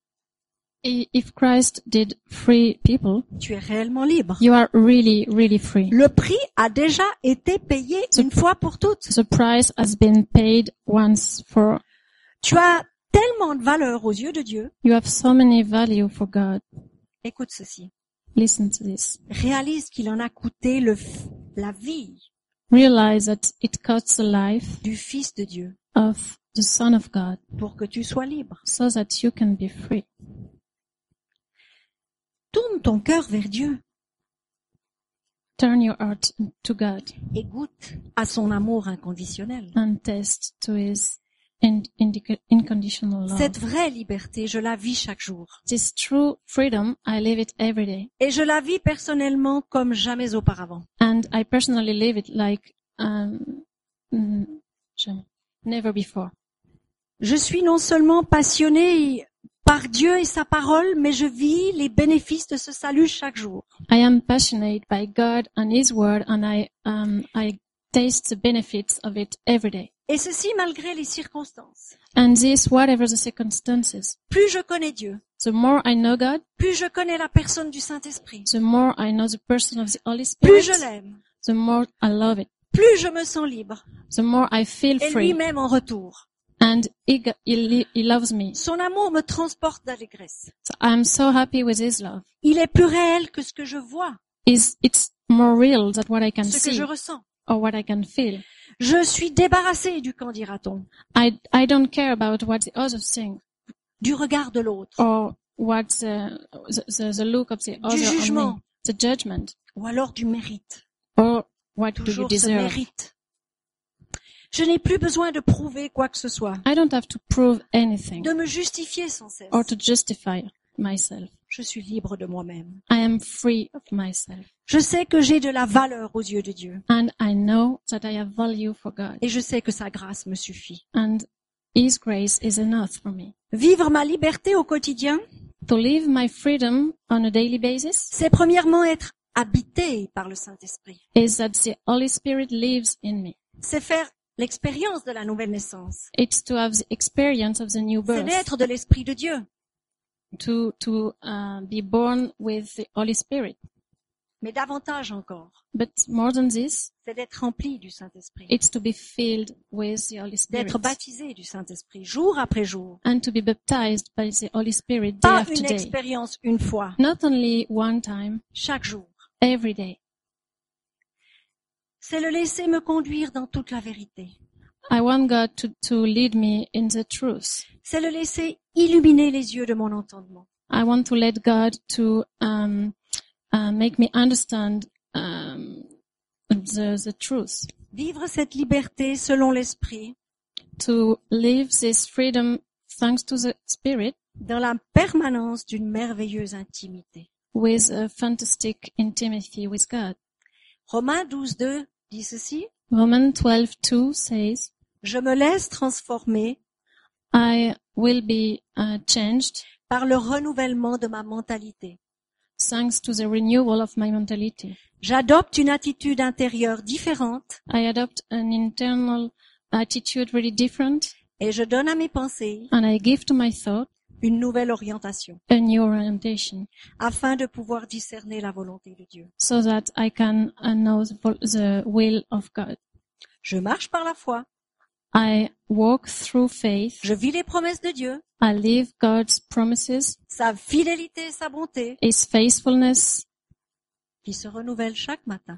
I- If Christ did free people,
tu es réellement libre.
you are really, really free.
Le prix a déjà été payé
Ce-
une fois pour toutes.
The price has been paid once for.
Tu as tellement de valeur aux yeux de Dieu.
You have so many value for God.
Écoute ceci.
Listen to this.
Réalise qu'il en a coûté le, f- la vie
Realize that it costs the life
du Fils de Dieu
of the Son of God
pour que tu sois libre.
so that you can be free.
Tourne ton cœur vers Dieu
Turn your heart to God
et goûte à son amour inconditionnel.
and test to His in- indica- unconditional love.
Cette vraie liberté, je la vis chaque jour.
This true freedom, I live it every day.
Et je la vis personnellement comme jamais auparavant.
And I personally live it like, um, mm, jamais. never before.
Je suis non seulement passionnée par Dieu et sa parole, mais je vis les bénéfices de ce salut chaque jour.
I am passionate by God and His Word and I, um, I taste the benefits of it every day.
Et ceci malgré les circonstances.
And this, whatever the circumstances.
Plus je connais Dieu,
The more I know God,
plus je connais la personne du Saint-Esprit,
the more I know the person of the Holy
plus
Spirit,
je l'aime,
the more I love it,
plus je me sens libre,
the more I feel
et
free.
lui-même en retour.
And he, g- he, li- he loves me.
Son amour me transporte d'allégresse.
So I'm so happy with His love.
Il est plus réel que ce que je vois,
Is It's more real than what I can
ce que
see
je ressens.
or what I can feel.
Je suis débarrassée du qu'en dira-t-on,
I I don't care about what the others think
du regard de l'autre,
or what the the, the, the look of the other
du
on me,
jugement,
the judgment
ou alors du mérite.
or what do you
Toujours ce
deserve.
mérite. Je n'ai plus besoin de prouver quoi que ce soit,
I don't have to prove anything
de me justifier sans cesse.
or to justify myself.
Je suis libre de moi-même.
I am free of myself
Je sais que j'ai de la valeur aux yeux de Dieu
and I know that I have value for God
et je sais que sa grâce me suffit.
and his grace is enough for me.
Vivre ma liberté au quotidien,
To live my freedom on a daily basis
c'est premièrement être habité par le Saint-Esprit.
is that the Holy Spirit lives in me.
C'est faire l'expérience de la nouvelle naissance.
It's to have the experience of the new
C'est
birth.
naître de l'Esprit de Dieu.
to to uh, be born with the Holy Spirit.
Mais davantage encore,
But more than this,
c'est d'être rempli du Saint-Esprit.
it's to be filled with the Holy Spirit
D'être baptisé du Saint-Esprit jour après jour.
and to be baptized by the Holy Spirit day
Pas
after
une
day.
expérience une fois,
Not only one time,
chaque jour.
every day.
C'est le laisser me conduire dans toute la vérité.
I want God to, to lead me in the truth.
C'est le laisser illuminer les yeux de mon entendement.
I want to let God to um, uh, make me understand um, the, the truth.
Vivre cette liberté selon l'esprit,
To live this freedom thanks to the Spirit
dans la permanence d'une merveilleuse intimité.
with a fantastic intimacy with God.
Romains 12, 2 dit ceci,
Romans 12:2 says,
Je me laisse transformer
"I will be uh, changed
par le renouvellement de ma mentalité.
thanks to the renewal of my mentality.
J'adopte une attitude intérieure différente
I adopt an internal attitude really different,
et je donne à mes pensées
and I give to my thought
une nouvelle orientation
a new orientation
afin de pouvoir discerner la volonté de Dieu.
so that I can uh, know the, vol- the will of God.
Je marche par la foi,
I walk through faith.
je vis les promesses de Dieu,
I live God's promises,
sa fidélité et sa bonté
His faithfulness
qui se renouvellent chaque matin.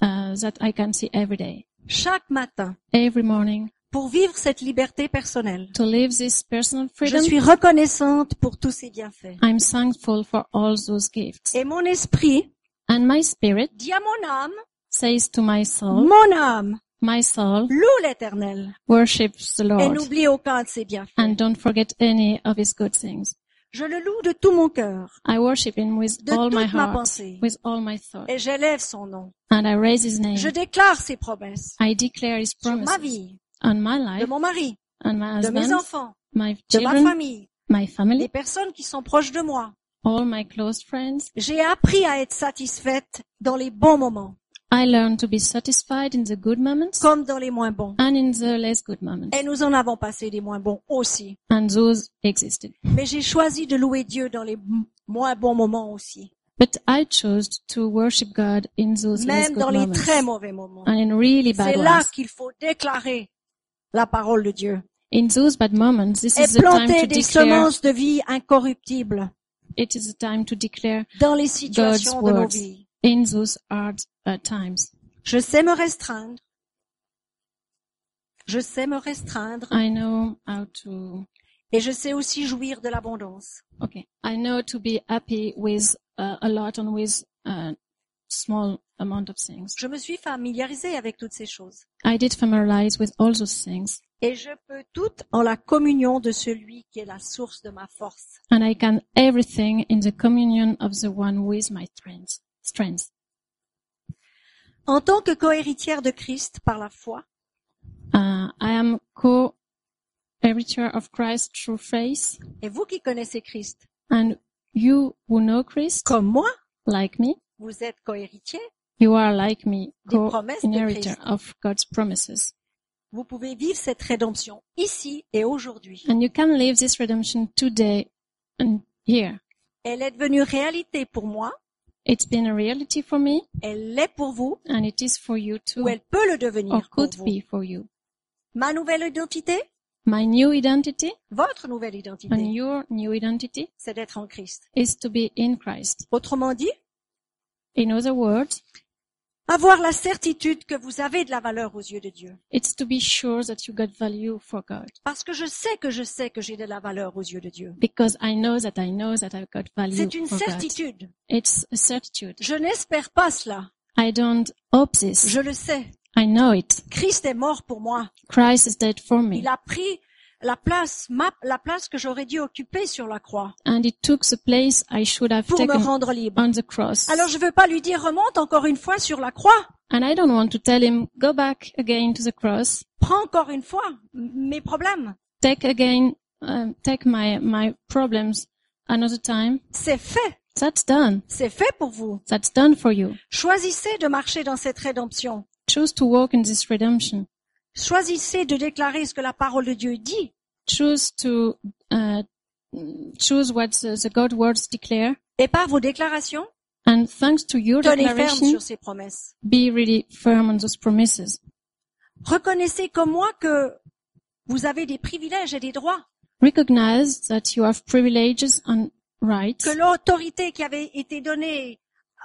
uh, that I can see every day,
Chaque matin,
every morning.
pour vivre cette liberté personnelle,
To live this personal
je
freedom,
suis reconnaissante pour tous ces bienfaits.
I'm thankful for all those gifts.
Et mon esprit
And my spirit
dit à mon âme,
says to my soul,
mon âme,
my soul
loue l'éternel
worships the
et
Lord
n'oublie aucun de ses bienfaits.
and don't forget any of His good things.
Je le loue de tout mon cœur,
I worship Him with
de
all my
toute ma
heart,
pensée,
with all my thought,
et j'élève son nom.
and I raise His name.
Je déclare ses promesses
I declare His
sur ma
promises
vie,
on my
de
life,
mon mari,
on my
de mes
husband,
enfants,
my
de ma
children,
famille,
my
des
family,
personnes qui sont proches de moi.
all my close friends.
J'ai appris à être satisfaite dans les bons moments
I learn to be satisfied in the good moments
comme dans les moins bons.
and in the less good moments.
Et nous en avons passé des moins bons aussi.
And those existed.
Mais j'ai choisi de louer Dieu dans les m- moins bons moments aussi.
But I chose to worship God in those less
Même
good
dans les
moments
très mauvais moments.
and in really
C'est
bad
là
ones.
qu'il faut déclarer la parole de Dieu.
In those bad moments, this
Et
is the time
planter
to
des
declare.
semences de vie incorruptibles
It is the time to declare.
dans les situations de nos
words.
vies.
In those hard uh, times,
Je sais me restreindre. Je sais me restreindre
I know how to.
et je sais aussi jouir de l'abondance.
Okay, I know to be happy with uh, a lot and with a small amount of things.
Je me suis familiarisée avec toutes ces choses
I did familiarize with all those things,
et je peux toutes en la communion de celui qui est la source de ma force.
and I can everything in the communion of the one with my strength. Strength.
En tant que cohéritière de Christ par la foi,
Uh, I am co-heir of Christ through faith,
et vous qui connaissez Christ
and you who know Christ,
comme moi,
like me,
vous êtes cohéritier,
you are like me,
Des promesses de
co-inheritor
Christ.
of God's promises,
vous pouvez vivre cette rédemption ici et aujourd'hui.
and you can live this redemption today and here.
Elle est devenue réalité pour moi,
It's been a reality for me,
elle l'est pour vous,
and it is for you
ou
too,
elle peut le
or
devenir pour
could
vous.
be for you.
Ma nouvelle identité,
My new identity
votre nouvelle
and
identité,
your new identity
c'est d'être en Christ.
is to be in Christ.
Autrement dit,
In other words,
avoir la certitude que vous avez de la valeur aux yeux de Dieu.
It's to be sure that you got value for God.
Parce que je sais que je sais que j'ai de la valeur aux yeux de Dieu.
Because I know that I know that I've got value
C'est une
for God.
certitude.
It's a certitude.
Je n'espère pas cela.
I don't hope this.
Je le sais.
I know it.
Christ est mort pour moi.
Christ is dead for
Il
me.
a pris la place, ma- la place que j'aurais dû occuper sur la croix
And it took the place I should have
pour me
taken
rendre libre.
on the cross.
Alors je veux pas lui dire remonte encore une fois sur la croix.
And I don't want to tell him, go back again to the cross.
Prends encore une fois m- mes problèmes.
Take again, um, take my, my problems another time.
C'est fait.
That's done.
C'est fait pour vous.
That's done for you.
Choisissez de marcher dans cette rédemption.
Choose to walk in this redemption.
Choisissez de déclarer ce que la parole de Dieu dit
choose to uh, choose what the, the God words declare,
et par vos déclarations,
and thanks to your
tenez ferme
declaration,
sur ces promesses.
be really firm on those promises.
Reconnaissez comme moi que vous avez des privilèges et des droits,
Recognize that you have privileges and rights,
que l'autorité qui avait été donnée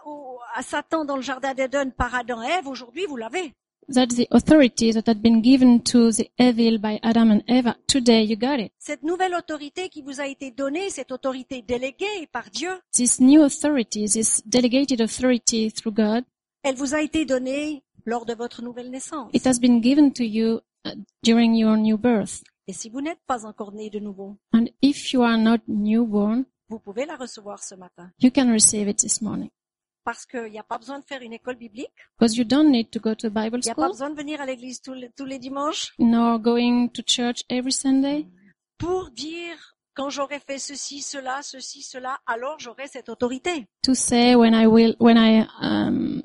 au- à Satan dans le jardin d'Éden par Adam et Ève, aujourd'hui vous l'avez.
that the authority that had been given to the evil by Adam and Eva, today you got it.
Cette nouvelle autorité qui vous a été donnée, cette autorité déléguée par Dieu,
This new authority, this delegated authority through God,
elle vous a été donnée lors de votre nouvelle naissance.
it has been given to you uh, during your new birth.
Et si vous n'êtes pas encore né de nouveau,
And if you are not newborn,
vous pouvez la recevoir ce matin.
you can receive it this morning.
Parce qu'il n'y a pas besoin de faire une école biblique.
Because you don't need to go to a Bible
Il n'y a pas
school.
besoin de venir à l'église tous les, tous les dimanches
nor going to church every Sunday
pour dire quand j'aurai fait ceci, cela, ceci, cela, alors j'aurai cette autorité.
to say when I will when I um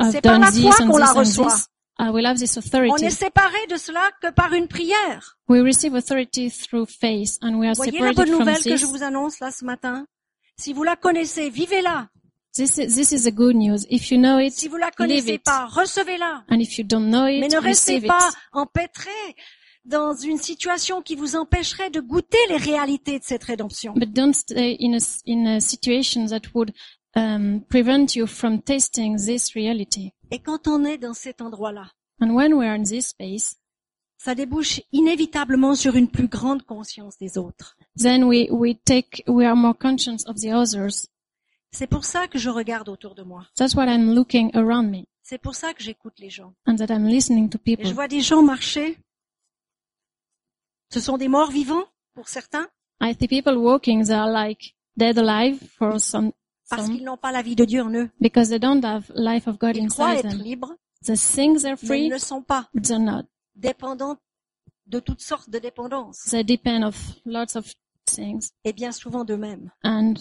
I've
C'est par
done
la foi
this and
qu'on la
this and
reçoit.
this. Uh, we love this
On
authority.
est séparé de cela que par une prière.
We receive authority through faith, and we are
Voyez la
separated
bonne
from
nouvelle que je
this.
vous annonce là ce matin. Si vous la connaissez, vivez-la.
This is, this is the good news. If you know it,
Si vous la
Live
connaissez
it.
pas, recevez-la.
and if you don't know
Mais
it,
ne restez
receive it.
pas empêtrés dans une situation qui vous empêcherait de goûter les réalités de cette rédemption.
But don't stay in a, s- in a situation that would um, prevent you from tasting this reality.
Et quand on est dans cet endroit-là,
And when we are in this space,
ça débouche inévitablement sur une plus grande conscience des autres.
then we, we take, we are more conscious of the others.
C'est pour ça que je regarde autour de moi.
That's what I'm looking around me
C'est pour ça que j'écoute les gens.
and that I'm listening to
Et je
people.
vois des gens marcher. Ce sont des morts vivants pour certains
I see people walking, they are like dead alive for some,
parce
some
qu'ils n'ont pas la vie de Dieu en eux.
because they don't have life of God
Ils croient
inside
être
them.
libres,
They think they're
mais ils
free,
ne le sont pas,
but they're not.
dépendants de toutes sortes de dépendances
They depend of lots of things
et bien souvent d'eux-mêmes,
and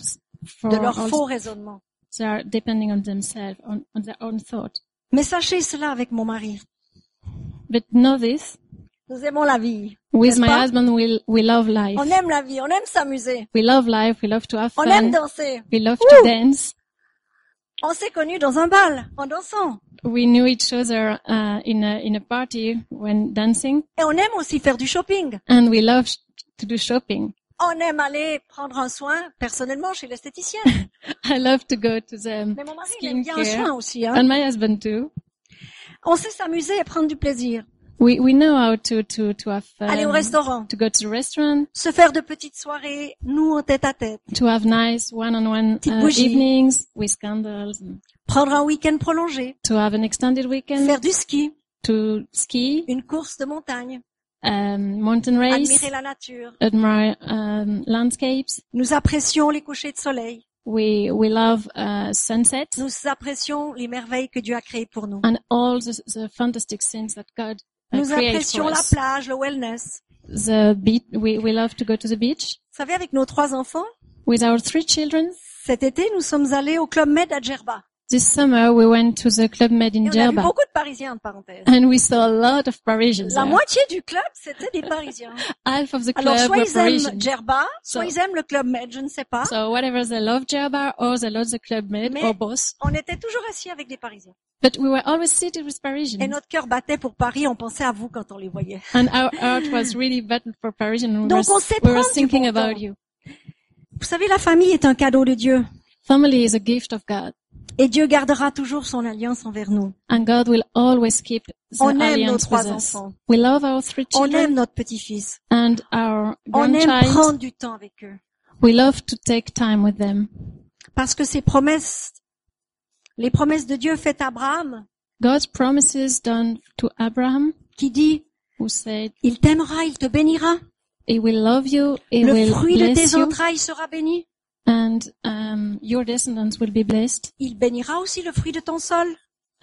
for
de leurs
all-
faux raisonnements.
they are depending on themselves, on, on their own thought.
Mais sachez cela avec mon mari.
But know this,
Nous aimons la vie.
with
N'est-ce
my
pas?
husband, we, we love life.
On aime la vie, on aime s'amuser,
We love life, we love to have
on
fun,
aime danser.
we love to
Woo!
dance.
On s'est connus dans un bal, en dansant.
We knew each other uh, in a in a party when dancing,
Et on aime aussi faire du shopping.
and we love sh- to do shopping. (laughs)
On aime aller prendre un soin personnellement chez l'esthéticienne.
I love to go to them,
Mais mon mari, il aime bien un
Skincare.
soin aussi. Hein.
and my husband too.
On sait s'amuser et prendre du plaisir.
We we know how to to to have fun,
Aller au restaurant,
to go to the restaurant,
se faire de petites soirées, nous en tête à tête.
to have nice one-on-one
Petite
uh,
bougie.
evenings with candles, and
Prendre un week-end prolongé,
to have an extended weekend,
faire du ski,
to ski,
une course de montagne,
um, mountain race,
admirer la nature.
admire um, landscapes.
Nous apprécions les couchers de soleil.
We we love uh, sunsets.
Nous apprécions les merveilles que Dieu a créées pour nous.
and all the, the fantastic things that God uh,
Nous
creates for
apprécions la
us.
plage, le wellness.
The beach, we, we love to go to the beach
Vous savez, avec nos trois enfants,
with our three children.
cet été, nous sommes allés au Club Med à Djerba.
This summer we went to the club Med
Et
in
on a vu
Djerba
beaucoup de Parisiens, en parenthèse.
and we saw a lot of Parisians.
La
there.
moitié du club, c'était
(laughs)
des Parisiens.
Half of the
Alors,
club
soit
were
ils aiment
Parisians.
Djerba, soit
So-
ils aiment le Club Med, je ne sais pas.
So whatever they love Djerba or they love the club Med
Mais-
or both.
On était toujours assis avec des Parisiens.
But we were always seated with
Et
Parisians
notre cœur battait pour Paris, on pensait à vous quand on les voyait.
and our heart was really battled for Parisians. and We
Donc,
were,
on sait
we were
prendre du
thinking
bon
about
temps.
you.
Vous savez, la famille est un cadeau de Dieu.
Family is a gift of God
Et Dieu gardera toujours son alliance envers nous.
and God will always keep the
On aime nos
alliance with
trois
us.
enfants.
We love our three
On
children.
aime notre petit-fils.
and our
On aime
grandchild,
prendre du temps avec eux.
we love to take time with them.
Parce que ces promesses, les promesses de Dieu faites à Abraham,
God's promises done to Abraham,
qui dit,
who said,
il t'aimera, il te bénira.
"He will love you, he
Le
will
fruit de
bless
tes
you,
entrailles sera béni.
and um, your descendants will be blessed,
Il bénira aussi le fruit de ton sol.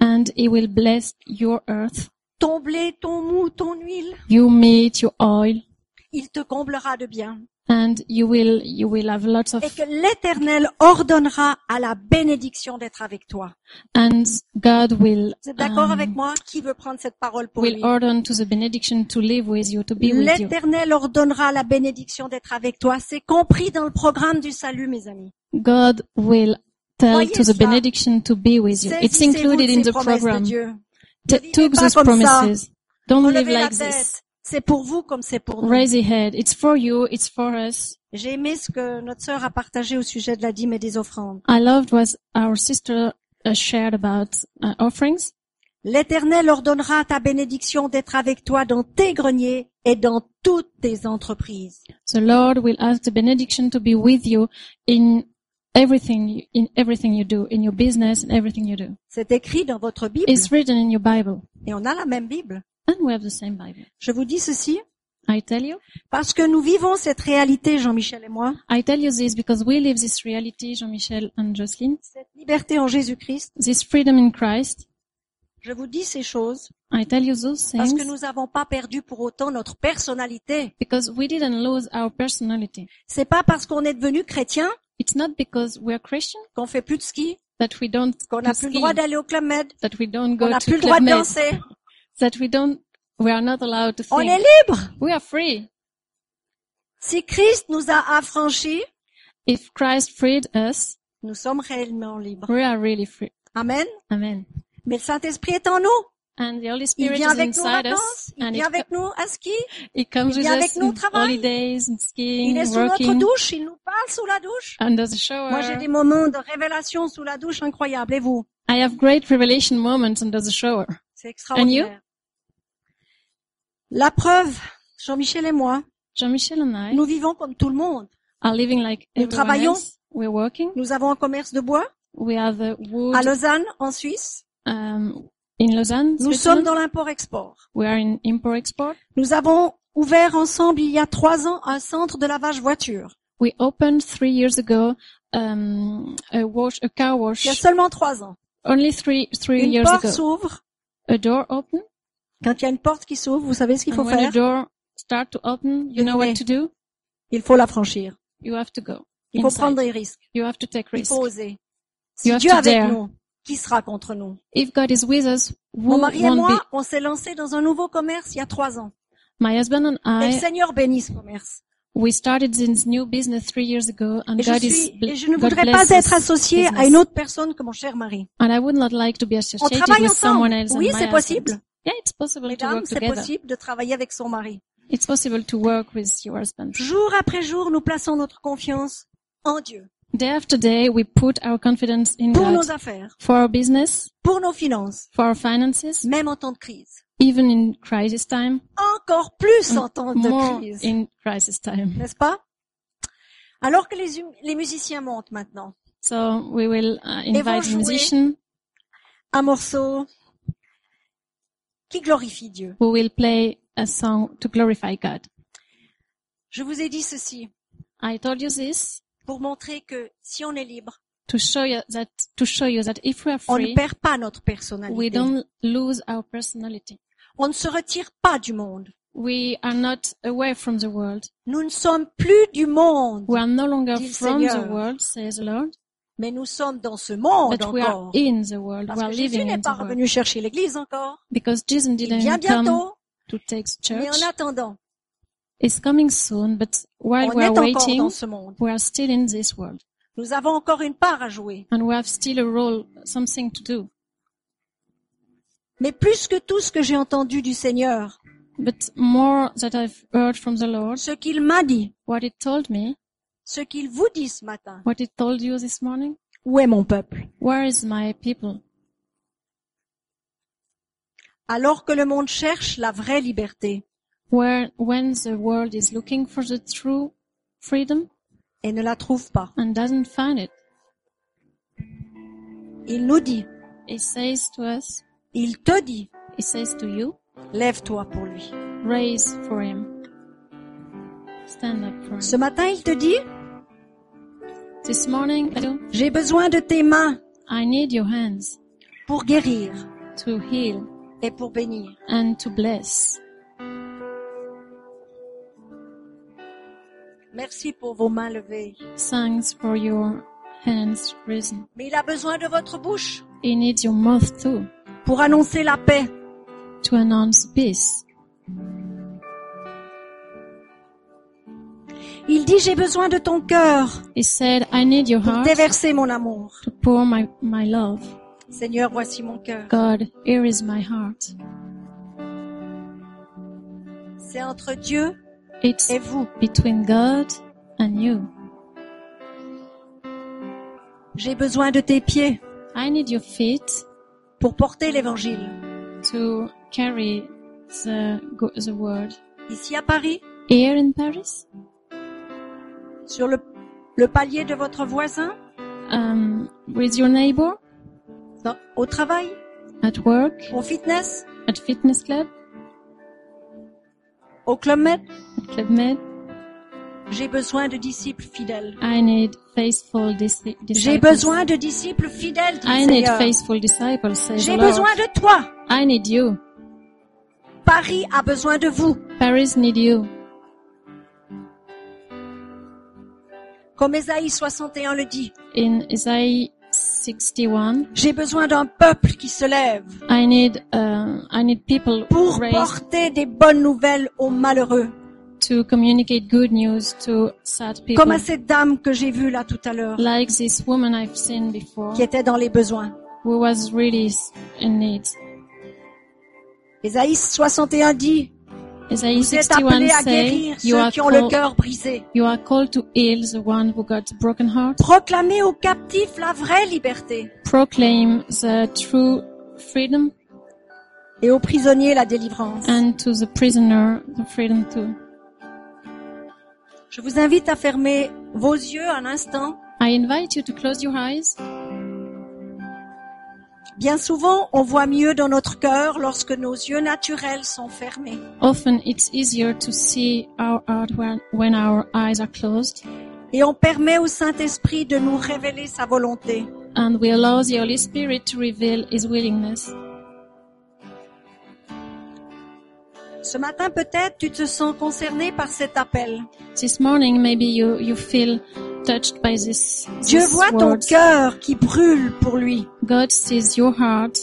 and he will bless your earth,
Ton blé, ton mou, ton huile.
your meat, your oil,
Il te comblera de bien.
and you will you will have lots
et
of,
que l'Éternel ordonnera à la bénédiction d'être avec toi.
and God will
Vous êtes d'accord
um,
avec moi Qui veut prendre cette parole pour lui
will ordain to the benediction to live with you, to be with you."
L'Éternel ordonnera à la bénédiction d'être avec toi. C'est compris dans le programme du salut, mes amis.
God will tell
Voyez
to the
cela.
benediction to be with you. It's
Saisissez-vous de
included in
ces
the
promesses de
program.
Dieu.
T-
Ne vivez
took
pas
those
comme ça.
promises. Don't live
Relevez la
like this.
tête. C'est pour vous comme c'est pour nous.
Raise your head. It's for you. It's for us.
J'ai aimé ce que notre sœur a partagé au sujet de la dîme et des offrandes.
I loved what our sister uh, shared about uh, offerings.
L'Éternel ordonnera à ta bénédiction d'être avec toi dans tes greniers et dans toutes tes entreprises.
The Lord will ask the benediction to be with you in everything, you- in everything you do, in your business, in everything you do.
C'est écrit dans votre Bible.
It's written in your Bible.
Et on a la même Bible.
And we have the same Bible.
Je vous dis ceci
I tell you.
parce que nous vivons cette réalité, Jean-Michel et moi,
I tell you this because we live this reality, Jean-Michel and Jocelyn,
cette liberté en Jésus-Christ.
this freedom in Christ.
Je vous dis ces choses
I tell you those
parce que
things
nous n'avons pas perdu pour autant notre personnalité.
because we didn't lose our personality.
C'est pas parce qu'on est devenu chrétien
It's not because we're Christian
qu'on fait plus de ski,
that we don't
qu'on
do
n'a plus le
ski,
droit d'aller au club med,
that we don't
qu'on
go
n'a
to
plus le droit
Club
de
Med,
danser,
that we don't, we are not allowed to
On est
think.
libre.
We are free.
Si Christ nous a affranchis,
If Christ freed us,
nous sommes réellement libres.
we are really free.
Amen.
Amen.
Mais le Saint-Esprit est en nous.
And the Holy
Il
Spirit
vient
is
avec nous en
inside
vacances.
us,
Il
and
vient
it,
avec nous à ski.
it comes
il
with
vient
us
avec nous au
in
travail.
holidays and
Il
skiing,
est sous notre
working,
douche. Il nous parle sous la douche.
under the shower.
Moi, j'ai des moments de révélation sous la douche incroyables. Et vous?
I have great revelation moments under the shower.
C'est extraordinaire. La preuve, Jean-Michel et moi,
Jean-Michel and I
nous vivons comme tout le monde.
are living like
Nous
everyone
travaillons.
else. We're working.
Nous avons un commerce de bois
We are the wood
à Lausanne, en Suisse.
um, in Lausanne.
Nous sommes
Switzerland.
dans l'import-export.
We are in import-export.
Nous avons ouvert ensemble il y a trois ans un centre de lavage voiture.
We opened three years ago um, a wash, a car wash.
Il y a seulement trois ans.
Only three three
Une
years
porte
ago.
s'ouvre.
A door open.
Quand il y a une porte qui s'ouvre, vous savez ce qu'il
and
faut
when
faire?
a door start to open, you know
Devinez.
what to do.
Il faut la franchir.
You have to go.
Il faut
inside.
prendre des risques.
You have to take
Il
risks.
faut oser.
You
Si
have
Dieu
to
avec
dare.
nous, qui sera contre nous?
If God is with us,
Mon
who
mari et
won't be?
moi, on s'est lancé dans un nouveau commerce il y a trois ans.
My husband and
Et le
I,
Seigneur bénit ce commerce.
we started this new business three years ago, and
Et je,
God is
suis-
bl-
et je ne
God
voudrais pas
bless
être
us.
associée à
business.
une autre personne que mon cher mari.
And I would not like to be
On
associated
travaille
with someone
ensemble.
else.
Oui,
and my
c'est
husband.
possible.
Yeah, it's possible to
Mesdames,
work
c'est
together.
possible de travailler avec son mari.
It's possible to work with your husband.
Jour après jour, nous plaçons notre confiance en Dieu.
Day after day, we put our confidence in
Pour
God
nos affaires,
for our business,
pour nos finances,
for our finances,
même en temps de crise.
even in crisis time,
Encore plus en
And
temps de
Mm, more
crise.
in crisis time.
N'est-ce pas? Alors que les, hum- les musiciens montent maintenant.
So we will uh,
vont
invite
jouer.
musicians
Un morceau qui glorifie Dieu.
who will play a song to glorify God.
Je vous ai dit ceci
I told you this
pour montrer que si on est libre,
to show you that to show you that if we are
on ne
free,
perd pas notre
we
personnalité.
don't lose our personality.
On ne se retire pas du monde.
We are not away from the world.
Nous ne sommes plus du monde,
We are no longer
Dit le
from the
Seigneur.
world, says the Lord,
mais nous sommes dans ce monde
but we are
encore.
in the world.
Parce
We are
que Jésus
living
n'est
in
pas
the world.
revenu chercher l'Église encore.
Because Jesus
Il vient
didn't come
bientôt,
to take the
mais
church.
en attendant,
It's coming soon, but while
on
we
est
are
encore dans
waiting,
ce monde.
we are still in this world.
Nous avons encore une part à jouer.
And we have still a role, something to do.
Mais plus que tout ce que j'ai entendu du Seigneur,
But more that I've heard from the Lord,
ce qu'il m'a dit,
what it told me,
ce qu'il vous dit ce matin,
what it told you this morning,
où est mon peuple
where is my people?
Alors que le monde cherche la vraie liberté
Where, when the world is looking for the true freedom
et ne la trouve pas,
and doesn't find it,
il nous dit,
it says to us,
il te dit,
it says to you,
lève-toi pour lui.
raise for him. Stand up for
Ce
him.
matin, il te dit,
This morning, I do-
j'ai besoin de tes mains
I need your hands
pour guérir
to heal
et pour bénir.
and to bless.
Merci pour vos mains levées.
Thanks for your hands risen.
Mais il a besoin de votre bouche
He needs your mouth too
pour annoncer la paix.
to announce peace.
Il dit, j'ai besoin de ton cœur
He said, I need your
pour
heart
déverser mon amour.
to pour my, my love.
Seigneur, voici mon cœur.
God, here is my heart.
C'est entre Dieu
It's
et vous.
between God and you.
J'ai besoin de tes pieds
I need your feet
pour porter l'évangile.
to carry the, go- the word.
Ici à Paris,
Here in Paris,
sur le, le palier de votre voisin,
um, with your neighbor,
dans- au travail,
at work,
au fitness,
at fitness club,
au club med.
at club med.
J'ai besoin de disciples fidèles.
I need faithful dis- disciples.
J'ai besoin de disciples fidèles, dit le
I need
Seigneur.
faithful disciples, says
J'ai
the Lord.
besoin de toi.
I need you.
Paris a besoin de vous.
Paris need you.
Comme Ésaïe 61 le dit,
In Isaiah 61.
J'ai besoin d'un peuple qui se lève
I need uh, I need people
pour
raised
porter des bonnes nouvelles aux malheureux,
to communicate good news to sad people,
comme à cette dame que j'ai vue là tout à l'heure,
like this woman I've seen before,
qui était dans les besoins.
who was really s- in need.
Ésaïe 61 dit,
Isaiah
vous êtes appelés
61
à
say,
guérir
"You
ceux
are
qui ont le
called,
cœur brisé.
you are called to heal the one who got broken heart,
Proclamez aux captifs la vraie liberté
proclaim the true freedom,
et aux prisonniers la délivrance.
and to the prisoner the freedom too."
Je vous invite à fermer vos yeux un instant.
I invite you to close your eyes.
Bien souvent, on voit mieux dans notre cœur lorsque nos yeux naturels sont fermés.
Often it's easier to see our art when, when our eyes are closed,
Et on permet au Saint-Esprit de nous révéler sa volonté.
and we allow the Holy Spirit to reveal His willingness.
Ce matin, peut-être, tu te sens concerné par cet appel.
This morning, maybe you, you feel touched by this.
Dieu
these
voit ton
words.
cœur qui brûle pour lui.
God sees your heart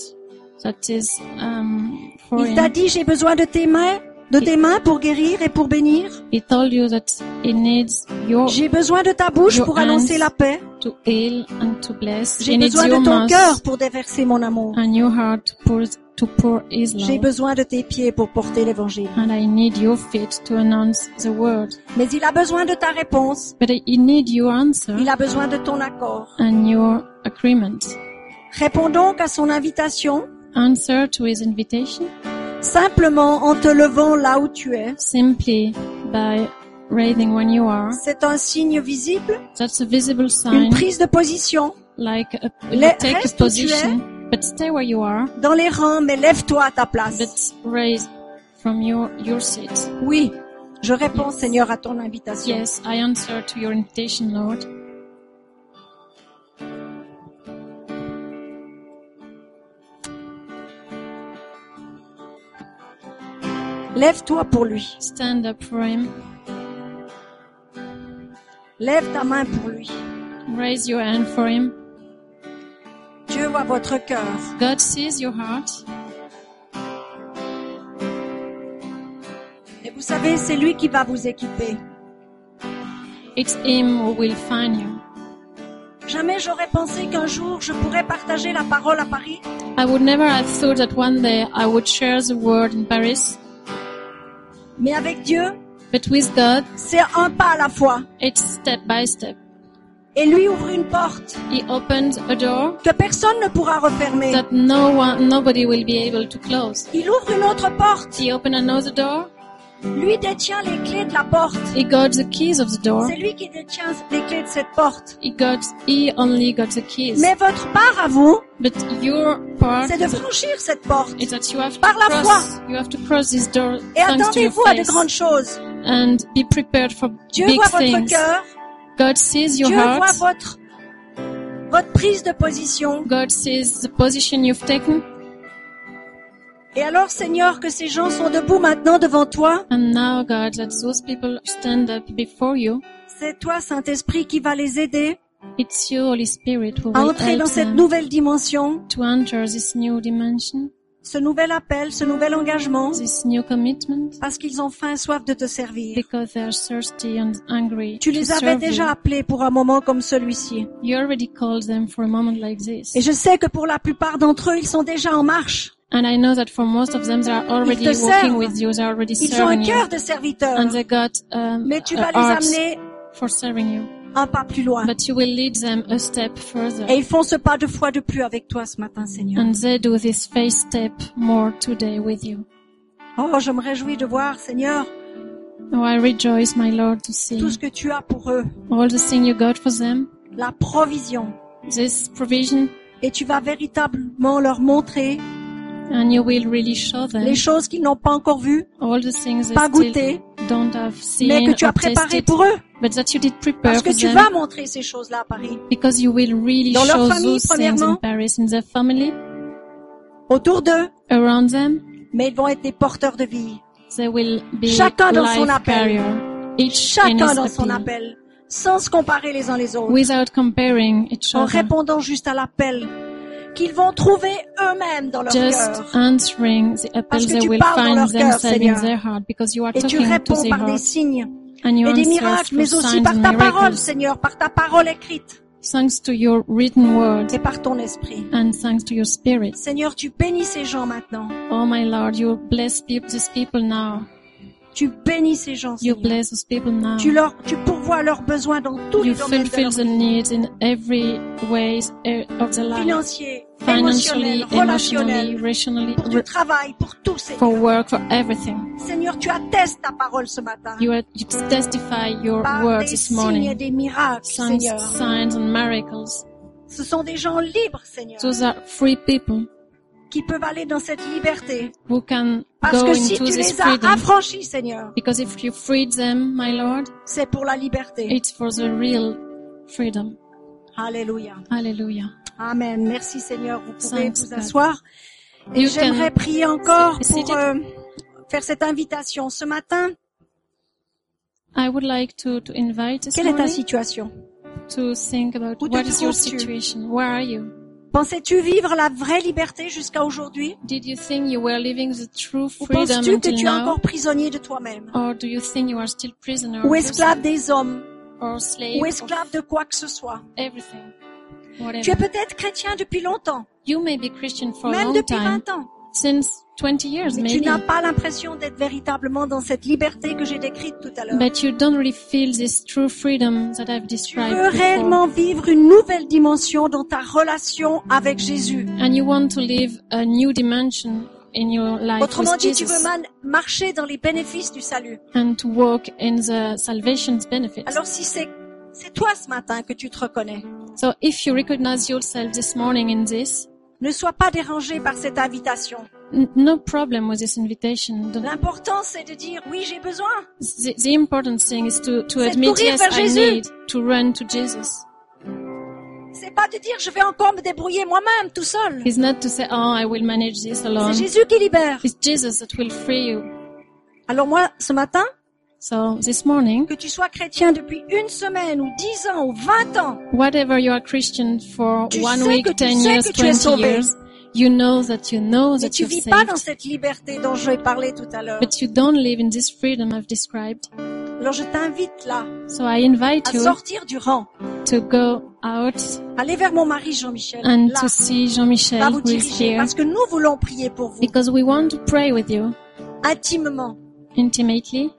that is um, for
Il t'a
him.
dit, j'ai besoin de tes mains, de tes mains pour guérir et pour bénir.
He told you that He needs your
J'ai besoin de ta bouche
Oh. Your
pour
hands.
annoncer la paix.
to heal and to bless.
J'ai
He needs
besoin
your
de ton
mouth
cœur pour déverser mon amour.
and your heart to pour, to pour His
J'ai
love.
besoin de tes pieds pour porter l'évangile.
And I need your feet to announce the word.
Mais il a besoin de ta réponse.
But He need your answer.
Il a besoin de ton accord.
and your agreement.
Réponds donc à son invitation,
Answer to his invitation
simplement en te levant là où tu es.
simply by raising when you are.
C'est un signe visible,
That's a visible
une
sign,
prise de position
like a,
Le-
take a
reste où tu es.
position, but stay where you are,
dans les rangs, mais lève-toi à ta place.
but raise from your, your seat.
Oui, je réponds,
Yes.
Seigneur, à ton invitation.
Yes, I answer to your invitation, Lord.
Lève-toi pour lui.
Stand up for him,
Lève ta main pour lui.
raise your hand for him.
Dieu voit votre cœur.
God sees your heart,
Et vous savez, c'est lui qui va vous équiper.
it's him who will find you.
Jamais j'aurais pensé qu'un jour je pourrais partager la parole à Paris.
I would never have thought that one day I would share the word in Paris,
Mais avec Dieu,
but with God,
c'est un pas à la fois.
it's step by step.
Et lui ouvre une porte
He opens a door
que personne ne pourra refermer.
that no one, nobody will be able to close.
Il ouvre une autre porte.
He opens another door.
Lui détient les clés de la porte.
He got the keys of the door.
C'est lui qui détient les clés de cette porte.
He got, he only got the keys.
Mais votre part à vous,
But your part
c'est de franchir cette porte.
is that you have to
Par la
cross, you have to cross this door
Et
thanks to your
attendez-vous à de
faith
grandes choses.
and be prepared for
Dieu
big
voit votre
things.
cœur.
God sees your
Dieu voit
heart.
votre, votre prise de position.
God sees the position you've taken.
Et alors, Seigneur, que ces gens sont debout maintenant devant toi.
And now, God, that those people stand up before you.
C'est toi, Saint-Esprit, qui va les aider
It's you, Holy Spirit, who
à
will
entrer dans
help
cette
them
nouvelle dimension,
to enter this new dimension.
ce nouvel appel, ce nouvel engagement,
this new commitment
parce qu'ils ont faim et soif de te servir.
because they are thirsty and hungry.
Tu
to
les avais
serve you.
déjà appelés pour un moment comme celui-ci.
You already called them for a moment like this.
Et je sais que pour la plupart d'entre eux, ils sont déjà en marche.
And I know that for most of them, they are already
te
walking
servent.
with you, they are already
Ils ont un
serving you.
cœur de serviteur.
And they got um,
Mais tu
a
vas les
heart
amener
for serving you.
un pas plus loin.
But you will lead them a step further.
Et ils font ce pas de foi de plus avec toi ce matin, Seigneur.
And they do this faith step more today with you.
Oh, je me réjouis de voir, Seigneur,
Oh, I rejoice, my Lord, to see
tout ce que tu as pour eux,
all the thing you got for them,
la provision.
this provision,
Et tu vas véritablement leur montrer
Mm. and you will really show them
les choses qu'ils n'ont pas encore vues,
all the things they
pas
still
goûtées,
don't have seen
mais que tu as
or
préparées
tasted.
pour eux.
But that you did prepare
Parce que
for
tu
them
vas montrer ces choses-là à Paris,
because you will really
Dans leur
show
famille,
those things in
premièrement.
Paris, in their family,
autour d'eux,
around them.
mais ils vont être des porteurs de vie.
They will be
Chacun dans
life
son appel.
carrier. Each in
Chacun
his
dans son
appeal.
appel. sans se comparer les uns les autres,
without comparing each
en
other,
répondant juste à l'appel qu'ils vont trouver eux-mêmes dans leur
just
cœur.
answering the
Parce
appeal
que
they
tu
will
parles dans leur
find
cœur,
themselves in
Seigneur.
their heart because you are
Et tu
talking to
réponds
their
par des
heart
signes
and you
et des
answer
miracles,
through
mais aussi
signs
par
and
ta parole,
miracles
Seigneur, par ta parole écrite
thanks to your written word
et par ton esprit.
and thanks to your spirit.
Seigneur, tu bénis ces gens maintenant.
Oh my Lord, you bless peop these people now.
Tu bénis ces gens,
You
Seigneur.
bless those people now.
Tu leur, tu pourvois leurs besoins dans tous les
You
domaines de leur
fulfill the needs in every ways eh, of the
vie,
life,
financiers,
financially,
émotionnels,
emotionally,
relationnels,
rationally,
pour du
re-
travail, pour tout, Seigneur.
for work, for everything.
Seigneur, tu attestes ta parole ce matin
You, are, you testify your
par
word
des
this
signes et
morning.
des miracles,
Signs,
Seigneur.
signs and miracles.
Ce sont des gens libres, Seigneur,
Those are free people
qui peuvent aller dans cette liberté.
who can
Parce
go
que si
into
tu
this
les as
freedom.
affranchis, Seigneur,
Because if you freed them, my Lord,
c'est pour la liberté.
it's for the real freedom.
Alléluia.
Hallelujah.
Amen. Merci Seigneur. Vous pouvez
Thanks,
vous
God.
asseoir. Et
You
j'aimerais prier encore
Sit-
pour
sit-
euh, faire cette invitation. Ce matin,
I would like to, to invite this
quelle est ta
morning
situation
to think about
Où te
what is your
trouves-tu?
situation? Where are you?
Pensais-tu vivre la vraie liberté jusqu'à aujourd'hui
Did you think you were living the true
Ou
freedom
penses-tu que
until
tu es
now?
encore prisonnier de toi-même
Or do you think you are still prisoner
Ou
of yourself,
esclave des hommes
or slave
Ou
of
esclave de quoi que ce soit
everything?
Tu es
Whatever.
peut-être chrétien depuis longtemps,
You may be Christian for a
même
long
depuis
time,
20 ans,
since 20 years
mais tu
maybe,
n'as pas l'impression d'être véritablement dans cette liberté que j'ai décrite tout à l'heure.
but you don't really feel this true freedom that I've
Tu veux
described before.
réellement vivre une nouvelle dimension dans ta relation avec Jésus.
And you want to live a new dimension in your life
Autrement
with
dit, tu veux
Jesus
man- marcher dans les bénéfices du salut.
and to walk in the salvation's benefits.
Alors si c'est c'est toi ce matin que tu te reconnais,
So if you recognize yourself this morning in this,
ne sois pas dérangé par cette invitation.
n- no problem with this invitation. The,
L'important c'est de dire oui, j'ai besoin.
the, the important thing is to, to
C'est
admit,
courir
yes,
vers
I
Jésus.
need to run to Jesus.
C'est pas de dire je vais encore me débrouiller moi-même tout seul.
It's not to say, oh, I will manage this
C'est
alone.
Jésus qui libère.
It's Jesus that will free you.
Alors moi ce matin,
So this morning,
que tu sois chrétien depuis une semaine ou dix ans ou vingt ans,
whatever you are Christian for
Tu
one
sais
week,
que tu
ten
sais
years,
que tu es
twenty
sauvé.
years, you know that you know
mais
that
tu
you're
vis pas
saved.
dans cette liberté dont je parlé tout à l'heure.
But you don't live in this freedom I've described.
Alors je t'invite là
So I invite
à
you
sortir du rang,
to go out
aller vers mon mari Jean-Michel.
and
Là,
to see
va
Jean-Michel
vous
who is
diriger
here
parce que nous voulons prier pour vous
because we want to pray with you
intimement.
intimately.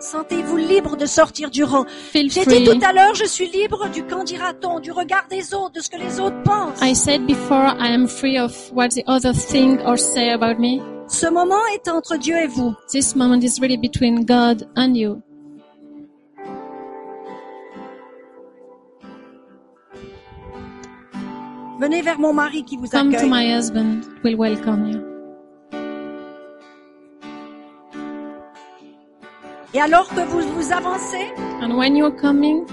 Sentez-vous libre de sortir du rang.
Feel
J'ai dit
free.
tout à l'heure, je suis libre du qu'en dira-t-on, du regard des autres, de ce que les autres pensent.
I said before I am free of what the other think or say about me.
Ce moment est entre Dieu et vous.
This moment is really between God and you.
Venez vers mon mari qui vous
Come to
accueille.
my husband, will welcome you.
Et alors que vous vous avancez,
And when you're coming,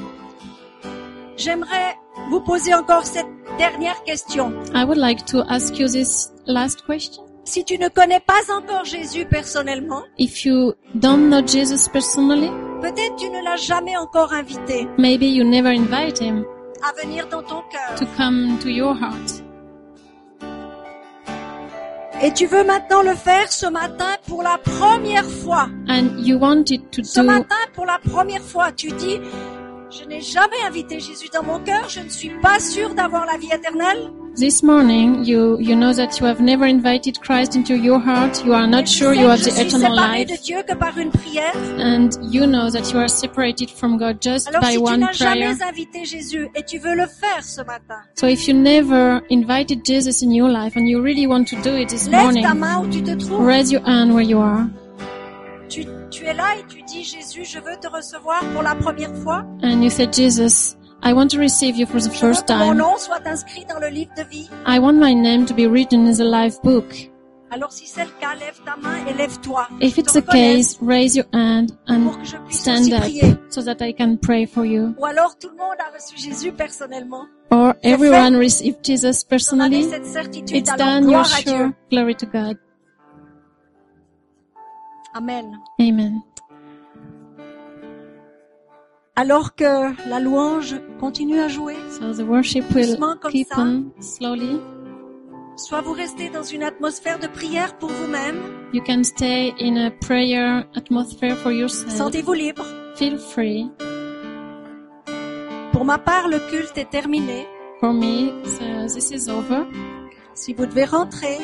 j'aimerais vous poser encore cette dernière question.
I would like to ask you this last question.
Si tu ne connais pas encore Jésus personnellement,
If you don't know Jesus personally,
peut-être tu ne l'as jamais encore invité
maybe you never invite him
à venir dans ton cœur.
to come to your heart.
Et tu veux maintenant le faire ce matin pour la première fois.
And you wanted to
Ce
do
matin, pour la première fois, tu dis, je n'ai jamais invité Jésus dans mon cœur, je ne suis pas sûr d'avoir la vie éternelle,
This morning, you, you know that you have never invited Christ into your heart. You are
mais
not
je
sure
sais
you
que
have
je
the
suis
eternal
séparé de
life.
Dieu que par une prière.
And you know that you are separated from God just
Alors
by
si tu
one
n'as
prayer.
jamais invité Jésus et tu veux le faire ce matin,
So if you never invited Jesus in your life and you really want to do it this
lève
morning,
ta main où tu te trouves.
raise your hand where you are.
Tu, tu es là et tu dis, Jésus, je veux te recevoir pour la première fois.
And you say, Jesus, I want to receive you for the
Je veux
first
que mon
time.
nom soit inscrit dans le livre de vie.
I want my name to be written in the life book.
Alors si c'est le cas, lève ta main et lève-toi.
If
Je
it's
te
the case,
reconnaisse
raise your hand and
pour que je puisse
stand
aussi
up
prier.
so that I can pray for you.
Ou alors tout le monde a reçu Jésus personnellement.
or
C'est
everyone received Jesus
On a
personally,
cette certitude.
it's
Alors,
done, you're
gloire à Dieu.
sure. Glory to God.
Amen.
Amen.
alors que la louange continue à jouer.
So the worship will
Doucement comme
keep
ça.
on slowly.
Soit vous restez dans une atmosphère de prière pour vous-même.
You can stay in a prayer atmosphere for yourself.
Sentez-vous libre.
Feel free.
Pour ma part, le culte est terminé.
For me, so this is over.
Si vous devez rentrer,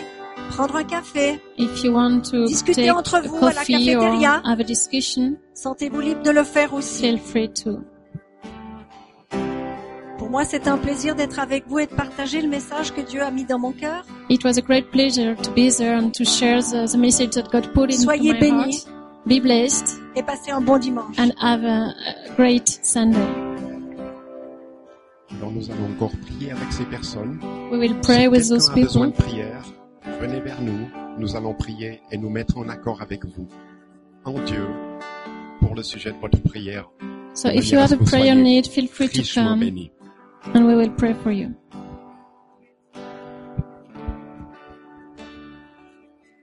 prendre un café,
If you want to
Discutez
take
entre
a
vous à la
coffee or
cafétéria.
have a discussion,
sentez-vous libre de le faire aussi.
feel free to.
Pour moi, c'est un plaisir d'être avec vous et de partager le message que Dieu a mis dans mon cœur.
It was a great pleasure to be there and to share the, the message that God put into
Soyez
my
bénis.
heart. Be blessed
et passez un bon dimanche.
and have a, a great Sunday.
Alors nous allons encore prier avec ces personnes.
We will pray
si
with
quelqu'un
those
a besoin
people.
de prière, venez vers nous. Nous allons prier et nous mettre en accord avec vous, en Dieu, pour le sujet de votre prière.
So
de
if you
manière à
have
ce
a
que vous
prayer
soyez
need, feel free to
richement
come
béni.
and we will pray for you.